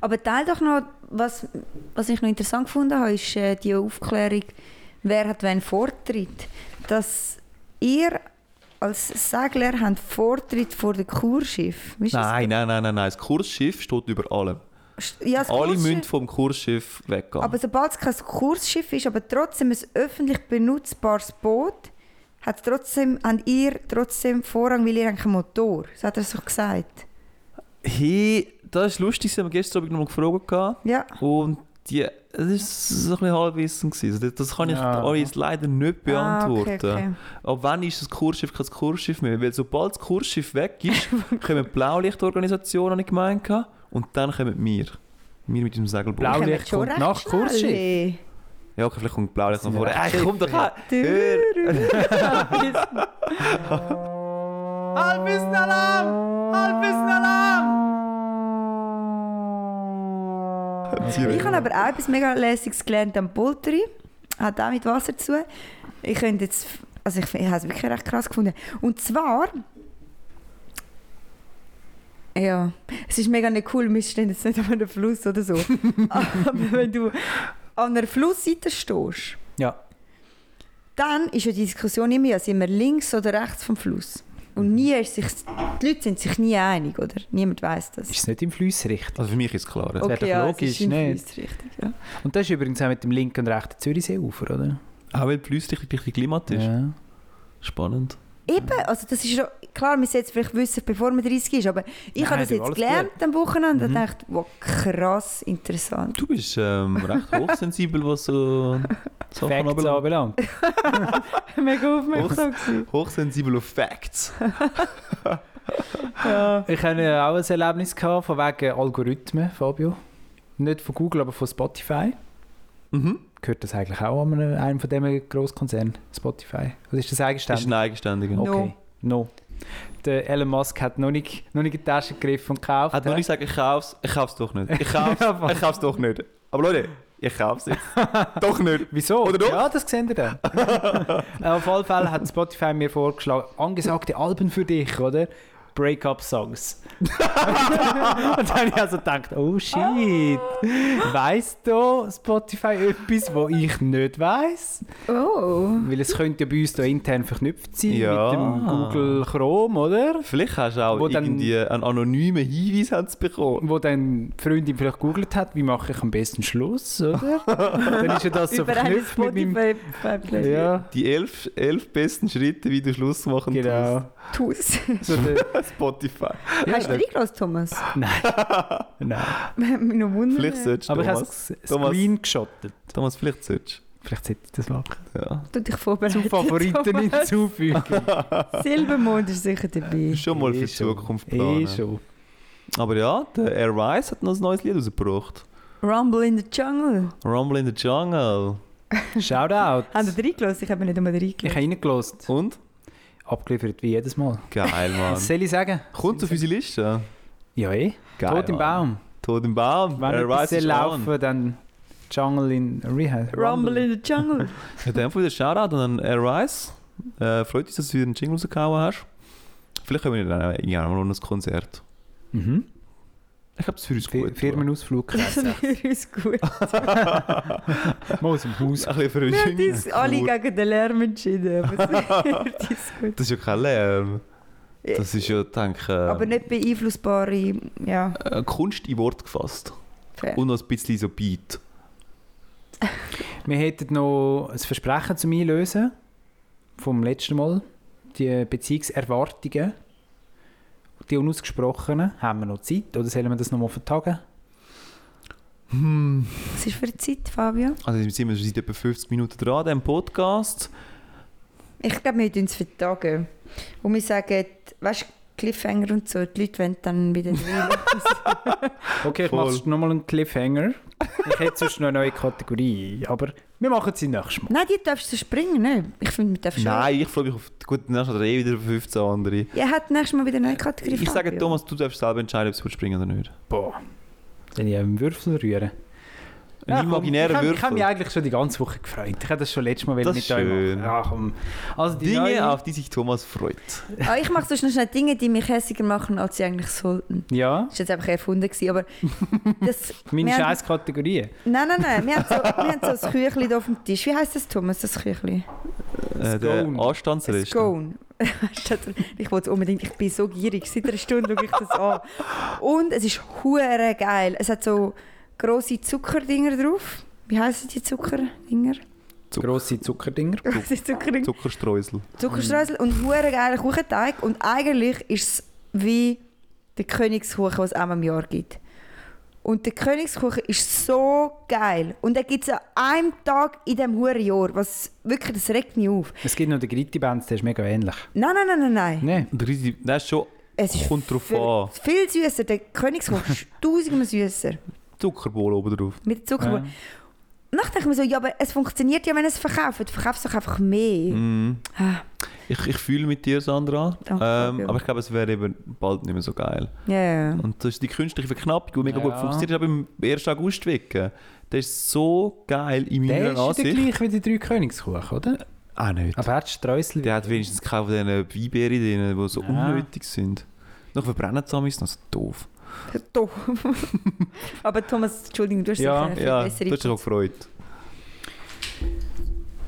Aber teil doch noch, was, was ich noch interessant gefunden habe, ist äh, die Aufklärung, wer hat wen Vortritt. Dass ihr als Segler habt Vortritt vor dem Kurschiff. Weißt du, Nein, nenein, nein, nein, nein. Das Kursschiff steht über allem. das- Ja, das Alle Kursschiff- müssen vom Kursschiff weggehen. Aber sobald es kein Kursschiff ist, aber trotzdem ein öffentlich benutzbares Boot, hat trotzdem, habt ihr trotzdem Vorrang, weil ihr habt keinen Motor So hat er es doch gesagt. hey, das ist lustig, das haben wir gestern Abend noch mal gefragt. gehabt. Ja. Und die, das war so ein bisschen halbwissen. gewesen. Also, Das, das kann ich Ja. euch jetzt leider nicht beantworten. Ah, okay, okay. Ab wann ist das Kursschiff kein Kursschiff mehr? Weil sobald das Kursschiff weg ist, [LAUGHS] kommen die Blaulichtorganisationen, habe ich gemeint, gehabt, und dann kommen wir. Wir mit dem Segelboot. Blaulicht Wir kommen schon kommt recht nach schnell. Kursschiff. Ja, okay, vielleicht kommt Blaulicht noch sind vor. wir Ey, komm doch her! Halbwissenalarm! Halbwissenalarm! Ich habe aber auch etwas mega lässiges gelernt am Poultry. Hat auch mit Wasser zu. Ich könnte jetzt... Also ich, find- ich habe es wirklich recht krass gefunden. Und zwar... Ja, es ist mega nicht cool, wir stehen jetzt nicht an einem Fluss oder so. aber wenn du an einer Flussseite stehst, Ja. dann ist ja die Diskussion immer, ja, sind wir links oder rechts vom Fluss. Und nie ist sich, die Leute sind sich nie einig, oder? Niemand weiß das. Ist es nicht im Fluss richtig? Also für mich ist es klar. doch logisch, es ist im nicht? Fluss richtig, ja. Und das ist übrigens auch mit dem linken und rechten Zürichseeufer, oder? Auch weil die Flüssigkeit richtig klimatisch ist. Ja. Spannend. Eben, also das ist ja, klar, wir jetzt vielleicht wissen, bevor man 30 ist, aber ich Nein, habe das du, jetzt alles Mhm. gelernt am Wochenende und dachte, wow, krass interessant. Du bist ähm, recht hochsensibel, was so Sachen Facts anbelangt. anbelangt. [LAUGHS] Mega aufmerksam gewesen. Hochsensibel auf Facts. Ich hatte ja auch ein Erlebnis gehabt, von wegen Algorithmen, Fabio. Nicht von Google, aber von Spotify. Mhm. Gehört das eigentlich auch an einem- einem von diesen Grosskonzernen, Spotify? Oder ist das Das ist eigenständig? ein eigenständiger. No. Okay, no. Der Elon Musk hat noch nicht, noch nicht in die Tasche gegriffen und gekauft. Hat man hä? nicht gesagt, Also, ich kauf's, ich kauf's doch nicht. [LAUGHS] Ich kauf's, Ja, voll. ich kauf's doch nicht. Aber Leute, ich [LAUGHS] kauf's jetzt. doch nicht. Wieso? Oder doch? Ja, das sehen ihr [LAUGHS] dann. Auf alle Fälle hat Spotify mir vorgeschlagen, angesagte Alben für dich, oder? [LAUGHS] Break-up-Songs. und dann habe ich also gedacht, oh shit, weißt du Spotify etwas, wo ich nicht weiß? Oh, Weil es könnte ja bei uns da intern verknüpft sein Ja. mit dem Google Chrome, oder? Vielleicht hast du auch Wo dann- irgendwie einen anonymen Hinweis hat's bekommen. Wo dann die Freundin vielleicht gegoogelt hat, wie mache ich am besten Schluss, oder? dann ist ja das [LAUGHS] so über eine verknüpft mit meinem... Spotify-Playlist. Ja, Die elf, elf besten Schritte, wie du Schluss machen genau. Taus. So [LAUGHS] der, tust. Spotify. Hast du reingelassen, Thomas? nein. Mich noch wundern. Vielleicht solltest du, Aber ich habe Thomas. es Thomas. screengeschottet. Thomas, vielleicht solltest Vielleicht sollte ich das [LAUGHS] machen. du. Ja. Du dich vorbereitet. Zum Favoriten Thomas. hinzufügen. Silbermond ist sicher dabei. Schon [LAUGHS] mal für Eh die schon. Zukunft Eh planen. schon. Aber ja, der Air Rice hat noch ein neues Lied rausgebracht. Rumble in the Jungle. Rumble in the Jungle. Shoutout. Haben Sie reingelassen? Ich habe nicht einmal Ich reingelassen. habe reingelost. Und? Abgeliefert wie jedes Mal. Geil, Was Mann. soll ich sagen? Kommt auf unsere Liste. Ja, eh. Geil, Äh, Tod im Mann. Baum. Tod im Baum. Wenn Air etwas Rice soll ist laufen, laufen. dann Jungle in Rehab. Rumble in the Jungle. [LAUGHS] In dem Fall wieder Shoutout an Air Rice. Äh, freut uns, dass du wieder einen Jingle rausgehauen hast. Vielleicht können wir dann auch irgendwann mal noch ein Konzert. Mhm. Ich glaube, das ist für uns Fi- gut. [LAUGHS] Firmenausflug. Das wäre uns gut. Mal aus dem Haus. Ein bisschen für einen Wir haben Jingle. uns alle gegen den Lärm entschieden. Aber es wird [LAUGHS] uns gut. Das ist ja kein Lärm. Das ist ja, denke ich, äh, Aber nicht beeinflussbare ja, äh, Kunst in Wort gefasst. Fair. Und noch ein bisschen so Beat. Wir hätten noch ein Versprechen zum Einlösen vom letzten Mal. Die Beziehungserwartungen, die unausgesprochenen, haben wir noch Zeit oder sollen wir das nochmal vertagen? Hm. Was ist für eine Zeit, Fabio? Also jetzt sind wir schon seit etwa 50 Minuten dran, dem Podcast. Ich glaube, wir tun es für Tage. Und wir sagen, weißt du, Cliffhanger und so, die Leute wollen dann [LAUGHS] wieder rein. Okay, ich Voll. mache nochmal einen Cliffhanger. Ich hätte sonst noch eine neue Kategorie, aber wir machen sie nächstes Mal. Nein, die darfst du springen, ne? Ich finde, wir dürfen schon. Nein, ich freue mich auf... Gut, dann hast du eh wieder 15 andere. Ihr habt nächstes Mal wieder eine neue Kategorie. Ich sage, Fabio. Thomas, du darfst selber entscheiden, ob du springen oder nicht. Boah. Dann ich einen Würfel rühren. Ein Ja, komm, ich imaginärer hab- Ich habe mich Würfel. eigentlich schon die ganze Woche gefreut. Ich hätte das schon letztes Mal Das mit ist euch schön. machen. Ja, komm. Also die neue- Dinge, auf die sich Thomas freut. Ah, ich mache sonst noch schnell Dinge, die mich hässiger machen, als sie eigentlich sollten. Ja, Das war jetzt einfach erfunden, gewesen, [LAUGHS] aber das... meine wir haben- scheiß Kategorie. Nein, nein, nein, wir haben so, wir haben so ein Küchli da auf dem Tisch. Wie heisst das, Thomas, das Küchli? Äh, der Scone. Ein Anstandsrest. Scone. Statt- [LAUGHS] ich wollte es unbedingt, ich bin so gierig, seit einer Stunde schaue ich das an. Und es ist hure geil. Es hat so grosse Zuckerdinger drauf. Wie heissen die Zuckerdinger? Zuck- Grosse Zuckerdinger. [LAUGHS] Grosse Zuckerdinger. Zuckerstreusel. Zuckerstreusel und hure geiler Kuchenteig. Und eigentlich ist es wie der Königskuchen, den es einmal im Jahr gibt. Und der Königskuchen ist so geil. Und den gibt es an einem Tag in diesem huren Jahr. Was wirklich, das regt mich auf. Es gibt noch den Gritti-Benz, der ist mega ähnlich. Nein, nein, nein, nein, nein. Nein. Der riesige- Der ist schon Es ist Kommt drauf viel, an. Viel süßer. Der Königshof ist tausendmal süßer. Zuckerbowl oben drauf. Mit Zuckerbrot. Nachher denke ich mir so, ja, aber es funktioniert ja, wenn es verkauft. Du verkaufst doch einfach mehr. Mhm. Ah, Ich, ich fühle mit dir, Sandra. Danke, ähm, ja. aber ich glaube, es wäre eben bald nicht mehr so geil. Ja, ja. [LAUGHS] Und das ist die künstliche Verknappung, die mega gut Ja. funktioniert. Aber im 1. August wecken, der ist so geil in Der meiner ist ja der Ansicht. gleich wie die drei Königskuchen, oder? Auch Ah, nicht. Aber er hat Streusel. Der hat wenigstens keine von diesen Weinbeeren drin, die so Ja. unnötig sind. Noch verbrennen zusammen ist noch so doof. ja. Doof. aber Thomas, Entschuldigung, du hast Ja, sicher eine Ja, das bessere ist auch gefreut.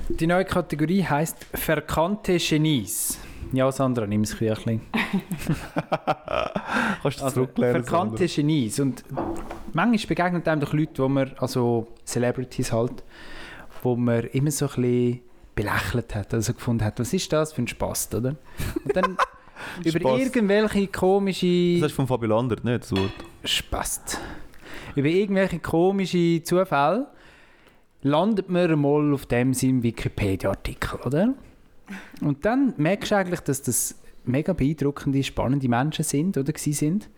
Die neue Kategorie heißt verkannte Genies. Ja, Sandra, nimm das Küchlein. Kannst du Also, zurücklernen? verkannte Genies. Und manchmal begegnen einem doch Leute, wo man, also Celebrities halt, wo man immer so ein bisschen belächelt hat, also gefunden hat, was ist das für ein Spaß, oder? Und dann über Spast. irgendwelche Das komische ist von Fabio Landert, nicht das Wort. Spast. Über irgendwelche komische Zufälle landet man mal auf dem seinem Wikipedia-Artikel, oder? Und dann merkst du eigentlich, dass das mega beeindruckende, spannende Menschen sind oder gsi sind.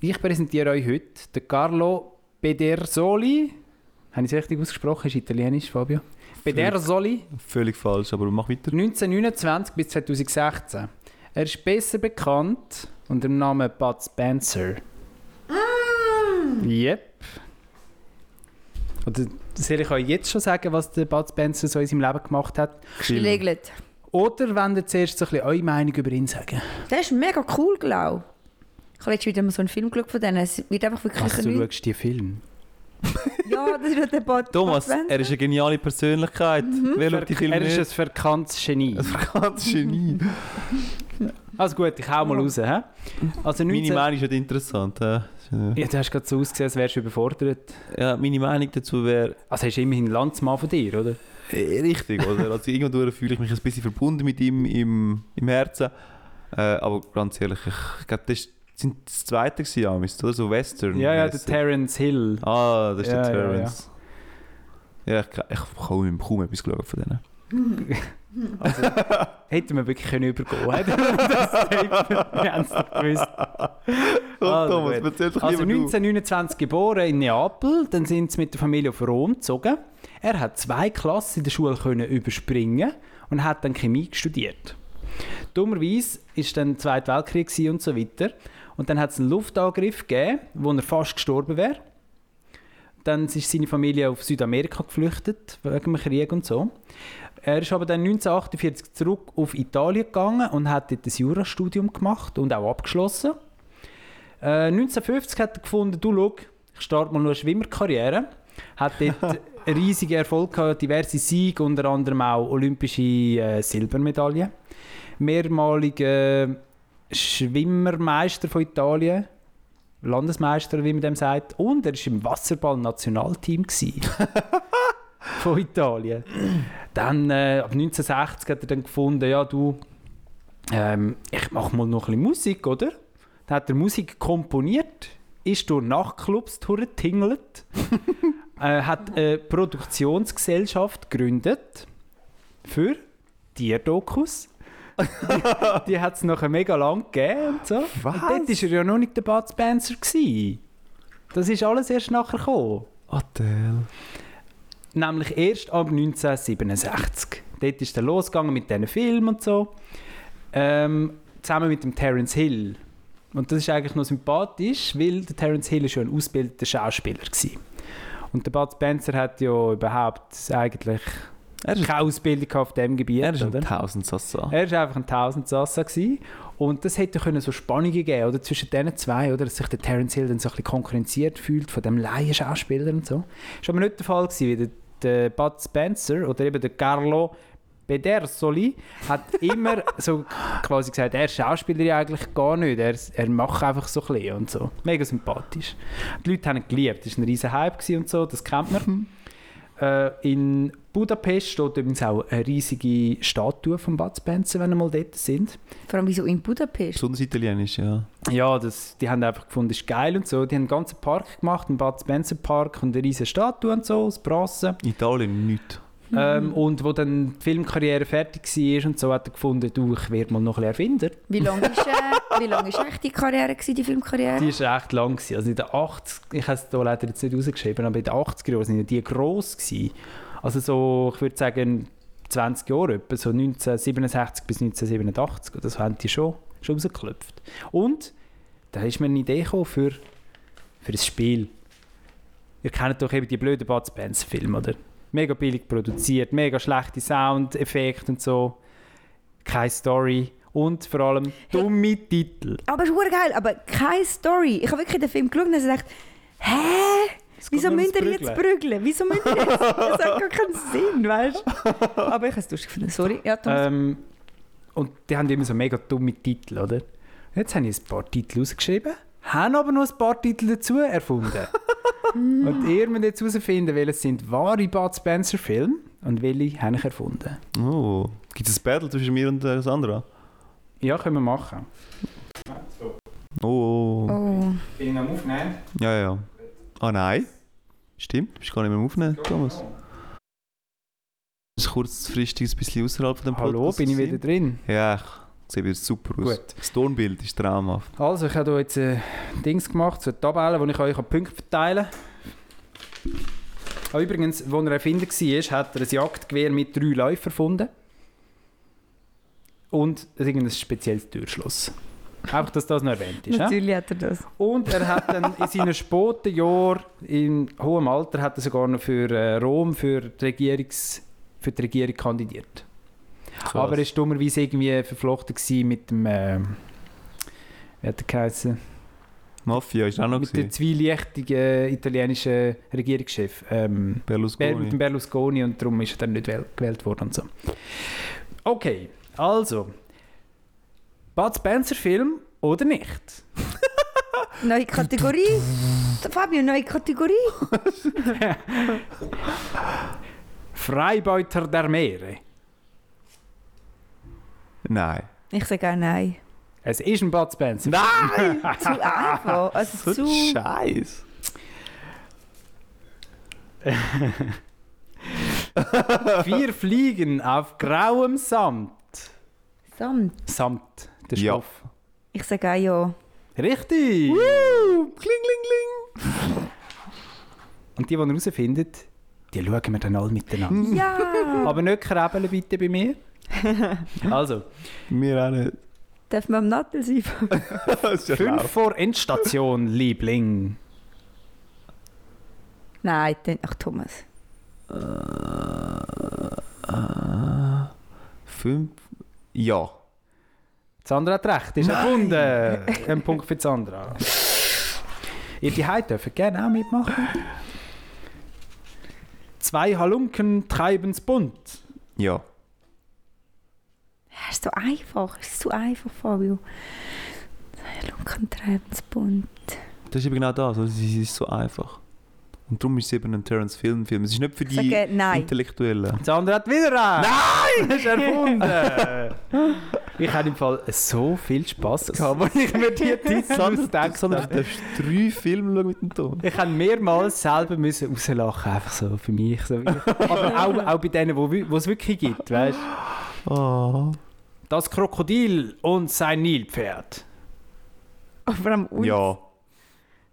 Ich präsentiere euch heute den Carlo Pedersoli. Habe ich es richtig ausgesprochen? Ist italienisch, Fabio. Pedersoli. Völlig falsch, aber mach weiter. 1929 bis 2016. Er ist besser bekannt unter dem Namen Bud Spencer. Yep. Oder soll ich euch jetzt schon sagen, was der Bud Spencer so in seinem Leben gemacht hat? Geregelt. Oder wollt ihr zuerst so ein bisschen eure Meinung über ihn sagen? Der ist mega cool, glaube ich. Ich habe letztens wieder mal so einen Film geschaut von denen. Es wird einfach wirklich Ach, Also, du so schaust die Film. Ja, das ist der Bad. Thomas, äh, Bad er ist eine geniale Persönlichkeit. Wer schaut die Filme Er ist ein nicht? Also- verkanntes Genie. Ein verkanntes Genie. Also gut, ich hau mal raus. Hä? Also Meine 19... Meinung ist nicht interessant. hä? Ja, du hast gerade so ausgesehen, als wärst du überfordert. Ja, meine Meinung dazu wäre Also er ist immerhin Landsmann von dir, oder? äh, richtig, oder? Also irgendwo [LAUGHS] fühle ich mich ein bisschen verbunden mit ihm im, im Herzen. Äh, aber ganz ehrlich, ich glaube, das ist- sind das zweite gewesen, Amis, oder? So Western. Ja, ja, der mäßig. Terence Hill. Ah, das ist Ja, der ja, ja. Terrence. Ja, ich, kann- ich kann kaum etwas geschaut von denen. Hätten wir wirklich können übergehen [LAUGHS] können. das Statement. Wir haben es doch gewusst. Komm, Also Oh, Thomas, gut. erzähl doch Also lieber du. 1929 geboren in Neapel, dann sind sie mit der Familie auf Rom gezogen. Er hat zwei Klassen in der Schule können überspringen und hat dann Chemie studiert. Dummerweise ist dann der Zweite Weltkrieg gewesen und so weiter. Und dann hat es einen Luftangriff gegeben, wo er fast gestorben wäre. Dann ist seine Familie auf Südamerika geflüchtet, wegen dem Krieg und so. Er ist aber dann 1948 zurück auf Italien gegangen und hat dort ein Jurastudium gemacht und auch abgeschlossen. Äh, 1950 hat er gefunden, du schau, ich starte mal nur eine Schwimmerkarriere. Hat dort riesigen Erfolg gehabt, diverse Siege, unter anderem auch olympische äh, Silbermedaillen. Mehrmaliger äh, Schwimmermeister von Italien. Landesmeister, wie man dem sagt. Und er war im Wasserball-Nationalteam gewesen. [LAUGHS] von Italien. Dann, äh, ab 1960 hat er dann gefunden, ja du, ähm, ich mache mal noch ein bisschen Musik, oder? Dann hat er Musik komponiert, ist durch Nachtclubs durchgetingelt, äh, hat eine Produktionsgesellschaft gegründet für Tierdokus. die die hat es nachher mega lang gegeben und so. Und dort war er ja noch nicht der Bud Spencer. Gewesen. Das ist alles erst nachher gekommen. Adele. Nämlich erst ab 1967. Dort ist er losgegangen mit diesen Filmen und so. Ähm, zusammen mit dem Terence Hill. Und das ist eigentlich noch sympathisch, weil der Terence Hill ist ja ein ausgebildeter Schauspieler war. Und der Bud Spencer hat ja überhaupt eigentlich Er ist, keine Ausbildung gehabt auf diesem Gebiet. er ist ein oder? Tausendsassa. Er war einfach ein Tausendsassa. gewesen. Und das hätte können so Spannungen geben oder zwischen diesen zwei, oder, dass sich der Terence Hill dann so ein bisschen konkurrenziert fühlt von dem Laien-Schauspieler und so. Ist aber nicht der Fall gewesen, weil der, der Bud Spencer oder eben der Carlo Pedersoli hat immer so quasi gesagt, er ist Schauspieler ja eigentlich gar nicht, er, er macht einfach so ein bisschen und so. Mega sympathisch. Die Leute haben ihn geliebt, es war ein riesen Hype gewesen und so, das kennt man. Äh, in Budapest steht übrigens auch eine riesige Statue von Bud Spencer, wenn wir mal dort sind. Vor allem wieso in Budapest. Besonders italienisch, ja. Ja, das, die haben einfach gefunden, das ist geil und so. Die haben einen ganzen Park gemacht, einen Bud Spencer Park und eine riesige Statue und so, aus Bronze. Italien nicht. Ähm, und wo dann die Filmkarriere fertig war und so, hat er gefunden, du, ich werde mal noch ein bisschen Erfinder. Wie lange ist, äh, wie lang ist echt die Karriere, gewesen, die Filmkarriere? Die war echt lang. Gewesen. Also in den 80 ich habe es hier leider jetzt nicht rausgeschrieben, aber in den 80er Jahren waren die gross. Gewesen. Also so, ich würde sagen, 20 Jahre etwa, so 1967 bis 1987 oder so haben die schon, schon rausgeklopft. Und da ist mir eine Idee gekommen für, für ein Spiel. Ihr kennt doch eben die blöden Bud Spencer-Filme, oder? Mega billig produziert, mega schlechte Soundeffekte und so. Keine Story und vor allem dumme Titel. Aber es ist verdammt geil, aber keine Story. Ich habe wirklich den Film geschaut und habe gedacht, hä? Es kommt Wieso nur müsst ihr ums jetzt Prügeln. prügeln? Wieso müsst ihr jetzt? Das hat [LAUGHS] gar keinen Sinn, weißt du? Aber ich habe es lustig gefunden. Sorry. Ja, Thomas. Ähm, und die haben immer so mega dumme Titel, oder? Jetzt habe ich ein paar Titel rausgeschrieben, haben aber noch ein paar Titel dazu erfunden. und ihr müsst jetzt herausfinden, welches sind wahre Bud Spencer-Filme und welche habe ich erfunden. Oh. Gibt es ein Battle zwischen mir und äh, Sandra? Ja, können wir machen. Oh, oh. Oh. Bin ich am Aufnehmen? Ja, ja, ja. Ah nein. Stimmt, du bist gar nicht mehr am Aufnehmen, Thomas. Das ist kurzfristig ein bisschen außerhalb von dem Podcast. Hallo, bin ich wieder drin? gewesen. Ja, ich sehe wieder super aus. Gut. Das Tonbild ist traumhaft. Also, ich habe hier jetzt äh, Dings gemacht, so eine Tabelle, wo ich euch an Punkte verteilen kann. Ah, übrigens, als er Erfinder war, hat er ein Jagdgewehr mit drei Läufen erfunden. Und irgendein spezielles Türschloss. Einfach, dass das noch erwähnt ist. hä? Natürlich hat er das. Und er hat dann in seinen späten Jahren, in hohem Alter, hat er sogar noch für äh, Rom, für die, Regierungs-, für die Regierung kandidiert. Krass. Aber er war dummerweise irgendwie verflochten gewesen mit dem... Äh, wie hat er geheißen? Mafia ist auch noch mit dem gewesen. zweilichtigen italienischen Regierungschef, ähm, Ber mit dem Berlusconi. Berlusconi, und darum ist er dann nicht wel- gewählt worden und so. Okay, also. Bud Spencer Film oder nicht? Neue Kategorie. Fabio, neue Kategorie. Freibeuter der Meere. Nein. [LAUGHS] Ich sage auch nein. Es ist ein Bud Spencer. Nein! Zu [LAUGHS] einfach. Also So zu... ein Scheiß. Vier Fliegen auf grauem Samt. Samt. Samt, der Ja. Stoff. Ich sage auch ja. Richtig! Kling, kling, kling. Und die, die ihr herausfindet, die schauen wir dann alle miteinander. Ja! [LAUGHS] Aber nicht krabbeln bitte bei [LAUGHS] mir. Also, Mir auch nicht. Darf man am Nattel sein? Das ist ja fünf fünf. vor Endstation, Liebling. Nein, dann... Ach, Thomas. Fünf. Ja. Sandra hat recht, ist erfunden. Ein Punkt für Sandra. Ihr die Heide dürfen gerne auch mitmachen. Zwei Halunken treiben's bunt. Ja. Es ist so einfach. Es ist so einfach, Fabio. Lunken Treibensbund. Das ist eben genau das. Also, es ist so einfach. Und darum ist es eben ein Terence Film Film. Es ist nicht für Ich die sage äh, nein. Intellektuellen. Sandra hat wieder recht. Nein! Das [LAUGHS] ist [LAUGHS] erfunden. Äh. ich hatte im Fall so viel Spass gehabt, als ich mir die Titel ausgedacht Sondern habe. du darfst drei Filme schauen mit dem Ton. Ich habe mehrmals selber müssen rauslachen, einfach so für mich. So. Aber auch, auch bei denen, wo wo es wirklich gibt, weißt Oh. Das Krokodil und sein Nilpferd. Aber am Ul- Ja.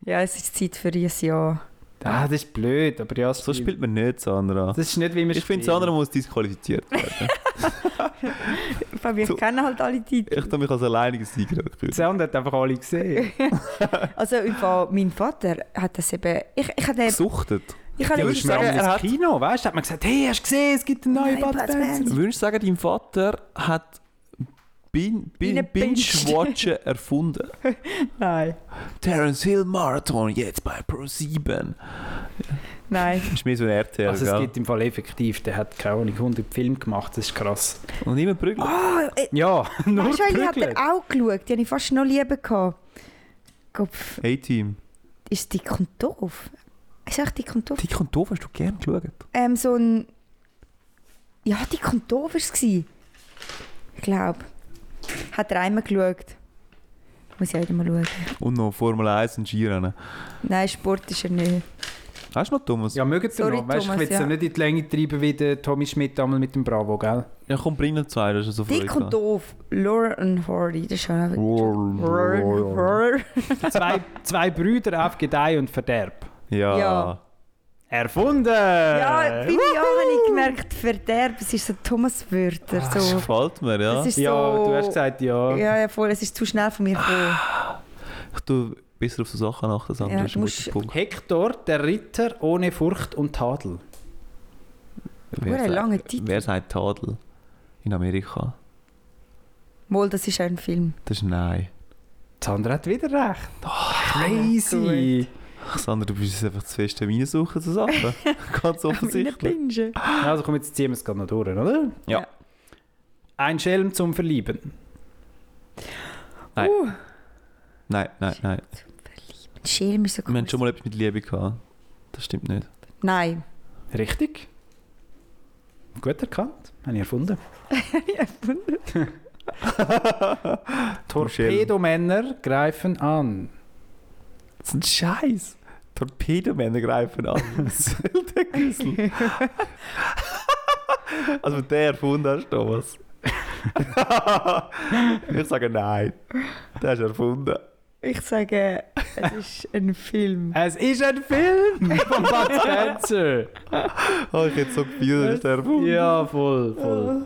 Ja, es ist Zeit für ein Ja. Ah, das ist blöd, aber ja, es So spielt man nicht, Sandra. Das ist nicht, wie man Ich finde, Sandra muss disqualifiziert werden. Fabio, So. ich kenne halt alle Titel. ich tue mich als alleiniger Sieger Die Sandra hat einfach alle gesehen. Also im Fall, mein Vater hat das eben... Ich, ich habe den... Gesuchtet. Ich habe Ja, wirklich ist mir sagen, er ins hat... Kino, weißt du? Hat man gesagt, hey, hast du gesehen, es gibt einen neuen Neuen Bud Bud Spencer. Spencer. Würdest du sagen, dein Vater hat Bin- Bin- Binge- Binge-Watchen erfunden? Nein, Terence Hill Marathon, jetzt bei Pro7. nein. Das ist mehr so ein RTL, Also es gell? gibt im Fall effektiv, der hat keine Ahnung, 100 Filme gemacht, das ist krass. Und immer prügeln. Oh, äh, Ja, [LAUGHS] nur wahrscheinlich hat prügeln. er auch geschaut. Die habe ich fast noch lieber gehabt. Kopf, A-Team. ist dick und doof. Ist echt dick und doof. Dick und doof hast du gern geschaut. Ähm, so ein... Ja, dick und doof war es. gewesen. Ich glaube. Hat er einmal geschaut. Muss ich auch wieder mal schauen. Und noch Formel 1 und Skirennen. Nein, Sport ist er nicht. Hast du noch Thomas? Ja, Ja, mögt ihr Sorry, noch. Weißt, ich Thomas, will es ja. nicht in die Länge treiben wie der Tommy Schmidt damals mit dem Bravo, [LAUGHS] gell? komm, bring noch zwei, das ist so Dick und doof. Lauren Hardy. Das ist schon ein Lauren doof. Hardy. Zwei, zwei Brüder auf Gedeih und Verderb. Ja. Ja. Erfunden! Ja, Äh. bin ich auch, habe ich gemerkt, Verderb, es ist so Thomas-Wörter. das So. gefällt mir, ja. Es ist Ja, so, du hast gesagt, ja. Ja, ja, voll, es ist zu schnell von mir gekommen. Ich tue besser auf so Sachen achten, Sandra, Ja, das ist ein du guter Punkt. Hector, der Ritter ohne Furcht und Tadel. Hure sagt- lange Titel. wer sagt Tadel in Amerika? Wohl, das ist ein Film. Das ist Nein. [LAUGHS] Sandra hat wieder recht. Oh, crazy! Ach, Sandra, du bist jetzt einfach zu fest am Reinsuchen zu Sachen. Ganz offensichtlich. Binge. Also komm, jetzt ziehen wir es gerade noch durch, oder? Ja. Ein Schelm zum Verlieben. Nein. Nein, nein, nein. Schirm ist so Wir haben schon cool. mal etwas mit Liebe gehabt. Das stimmt nicht. Nein. [LAUGHS] Richtig? Gut erkannt. Habe ich erfunden. Torpedomänner greifen an. Das ist ein Scheiß. Torpedomänner greifen an. Was soll der Güssel? also wenn der erfunden hast, Thomas. ich sage nein. Der ist erfunden. Ich sage, es ist ein Film. [LAUGHS] Es ist ein [LAUGHS] Film von Bud Spencer. Oh, ich hätte so gefühlt, dass der erfunden. ja, voll, voll.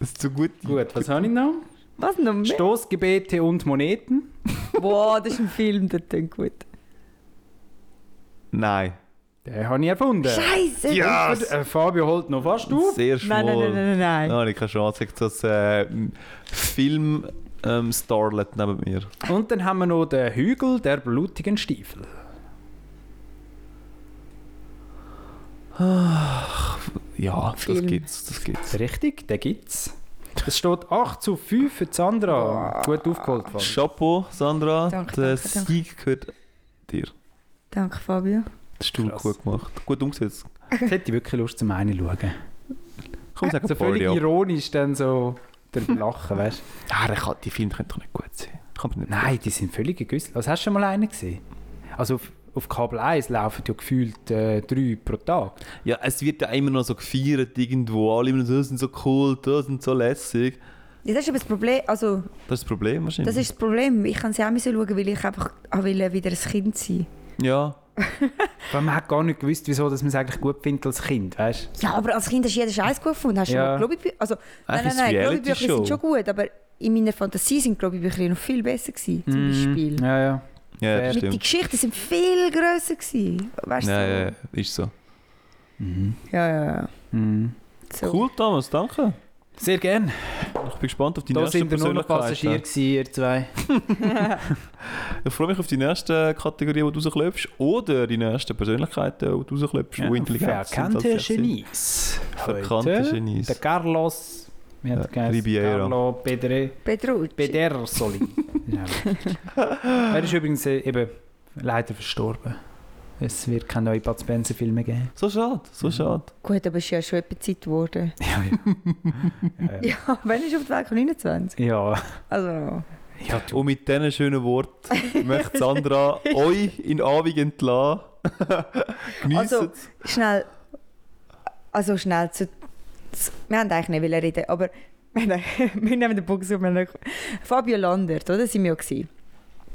Das ist zu gut. Gut, was habe ich noch? Was noch mehr? Stoßgebete und Moneten. Wow, das ist ein Film, der klingt gut. Nein. Den habe ich erfunden. Scheiße! Yes! Äh, Fabio holt noch fast auf. Sehr schmal. Nein, nein, nein, nein, nein. Nein, ich keine Chance. Ich das äh, Film ähm, Starlet neben mir. Und dann haben wir noch den Hügel der blutigen Stiefel. Ja, das Film. gibt's, das gibt's. Richtig, den gibt's. Es steht 8 zu 5 für Sandra. Gut aufgeholt, Fabio. Chapeau, Sandra. Danke, der danke, danke. Sieg gehört dir. Danke, Fabio. Das hast du Krass. gut gemacht. Gut umgesetzt. Jetzt hätte ich wirklich Lust zum einen schauen. Komm, sag So so völlig Party ab. ironisch dann so der Lachen, weißt du? Ah, der kann, die Filme können doch nicht gut sein. Kann man nicht Nein, die sind völlig gegüsselt. Also hast du schon mal einen gesehen? Also auf, auf Kabel 1 laufen ja gefühlt äh, drei pro Tag. Ja, es wird ja immer noch so gefeiert irgendwo. Alle immer so, das sind so cool, das sind so lässig. Ja, das ist aber das Problem, also, Das ist das Problem wahrscheinlich. das ist das Problem. Ich kann sie auch müssen schauen, weil ich einfach auch will wieder ein Kind sein ja. Weil man hat gar nicht gewusst, wieso dass man es eigentlich gut findet als Kind, weißt Ja, aber als Kind hast du jeden Scheiß gut gefunden. Hast du Ja. mal Globibü also, nein, ist nein, es nein, Reality Globibücher Show. sind schon gut, aber in meiner Fantasie sind Globibücher noch viel besser gewesen, du? zum Beispiel. Mm, Ja, ja. Mhm. Ja, das Fair. Die stimmt. Geschichten sind viel grösser gewesen. Weißt du? Ja, ja, ist so. Mhm. so. ja, ja. ja. Mm. So. Cool, Thomas, danke. Sehr gern. Ich bin gespannt auf die da nächste sind ihr nur noch Passagier, Persönlichkeit. äh, gewesen, ihr zwei. Ich freue mich auf die nächste Kategorie, die du rausklopfst. Oder die nächsten Persönlichkeiten, die du rausklopfst, die intelligent sind. Verkannte tatsächlich. Genies. Verkannte Heute Der Genies. Carlos. Wie hat Ja, er geheißen? Ribeiro. Carlo Pedre, Bedroht. Pedersoli. [LAUGHS] Ja. er ist übrigens äh, eben leider verstorben. Es wird keine neuen Bud Spencer-Filme geben. So schade, so schade. Gut, aber es ist ja schon etwa Zeit geworden. Ja, [LAUGHS] ja. ja. [LAUGHS] Ja, wenn ist auf der Weg 29? Ähm, ja. Also, ja du. Und mit diesen schönen Worten möchte [LAUGHS] Sandra euch in Abend entlassen. Geniessen Also- schnell. Also, schnell zu. zu- Wir haben eigentlich nicht wollen reden, aber [LAUGHS] wir haben- wir nehmen den Box um. Fabio Landert, oder? Sind wir ja gewesen.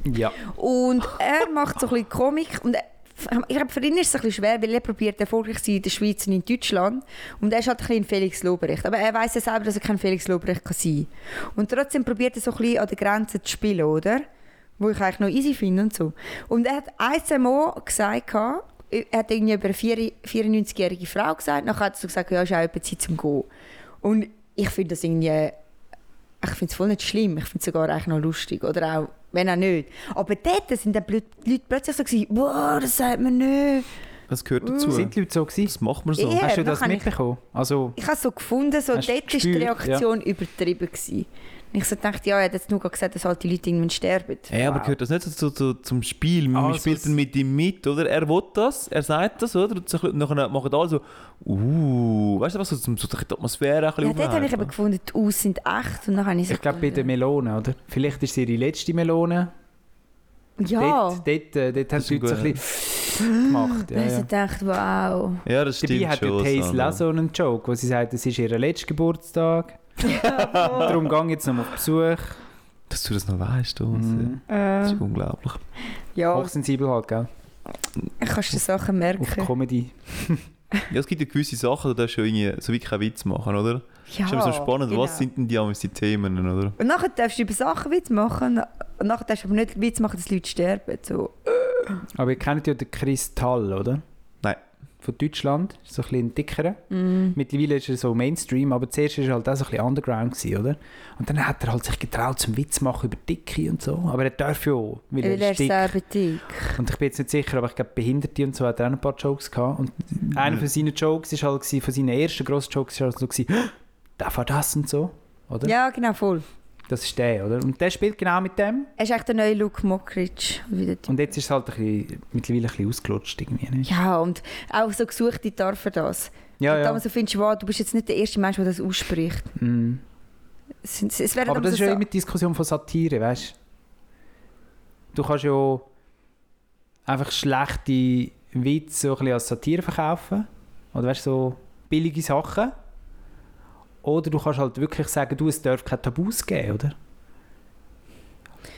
Ja. Und er macht so ein bisschen Komik. Und er- ich glaube, für ihn ist es ein bisschen schwer, weil er probiert erfolgreich zu sein in der Schweiz und in Deutschland. Und er ist halt ein bisschen Felix Lobrecht. Aber er weiß ja selber, dass er kein Felix Lobrecht kann sein kann. Und trotzdem probiert er so ein bisschen an der Grenze zu spielen, oder? Wo ich eigentlich noch easy finde und so. Und er hat ein Mal gesagt, gehabt, er hat irgendwie über eine 4- 94-jährige Frau gesagt. Nachher hat er so gesagt, ja, es ist auch etwa Zeit zum Gehen. Und ich finde das irgendwie ich finde es voll nicht schlimm, ich finde es sogar eigentlich noch lustig. Oder auch, wenn auch nicht. Aber dort sind dann plö- die Leute plötzlich so gewesen, wow, das sagt man nicht. Das gehört dazu. Sind die Leute so gewesen? Das macht man so. Ja. Hast du dann das kann ich- mitbekommen? Also, Ich habe es so gefunden, so Hast dort du ist die gespürt, Reaktion übertrieben gewesen. Und ich so dachte, ja, er hat jetzt nur gerade gesagt, dass alte Leute irgendwann sterben. Ja, aber gehört das nicht so zu, zu, zum Spiel? Man Also spielt dann mit ihm mit, oder? Er will das, er sagt das, oder? Und dann nachher machen alle so, uh, weißt du was, so, zum- so die Atmosphäre ein bisschen Ja, dort habe ich eben aufheben. gefunden, die Aus sind echt. Und dann habe ich so ich glaube bei der Melone, oder? Vielleicht ist es ihre letzte Melone. Ja. Dort, dort, äh, dort haben Das die ist Leute so ein gut. bisschen gemacht. Ja, Dann ja. ja. gedacht, wow. Ja, das stimmt Dabei hat ja schon. Taze Sandra. Lasso einen Joke, wo sie sagt, es ist ihr letzter [LAUGHS] Geburtstag. Darum gehe ich jetzt noch mal auf Besuch. Dass du das noch weißt, Thomas. Mhm. Das Äh, ist unglaublich. ja, Hochsensibel halt, gell? kannst du Sachen Auf merken. Comedy. Ja, es gibt ja gewisse Sachen, da darfst du ja irgendwie so wie keinen Witz machen, oder? Ja, ist immer so spannend, genau. was sind denn die am Themen, oder? Und nachher darfst du über Sachen Witz machen. Und nachher darfst du aber nicht Witz machen, dass Leute sterben. So. Aber ihr kennt ja den Chris Tall, oder? Nein. Von Deutschland, so ein bisschen dickerer. Mm. Mittlerweile ist er so Mainstream, aber zuerst war er halt auch so ein bisschen Underground, gewesen, oder? Und dann hat er halt sich getraut, zum Witz zu machen über Dicke und so. Aber er darf ja, auch, weil Weil er er ist dick. selber dick. Und ich bin jetzt nicht sicher, aber ich glaube, Behinderte und so hat er auch ein paar Jokes gehabt. Und einer von seinen Jokes ist halt, gewesen- von seinen ersten grossen Jokes war halt so, gewesen, [GASPS] «Hä? darf er das und so, oder? Ja, genau, voll. Das ist der, oder? Und der spielt genau mit dem. Er ist echt der neue Luke Mockridge. Wie der Typ. Und jetzt ist es halt ein bisschen, mittlerweile ein bisschen ausgelutscht irgendwie, ne? Ja, und auch so gesuchte darf er das. Ja, und ja. dann so findest du, wow, du bist jetzt nicht der erste Mensch, der das ausspricht. Mm. Es, sind- es werden Aber das ist so ja Sa- immer die Diskussion von Satire, weißt du? Du kannst ja einfach schlechte Witze so ein bisschen als Satire verkaufen. Oder weißt du, so billige Sachen. Oder du kannst halt wirklich sagen, du, es darf keine Tabus geben, oder?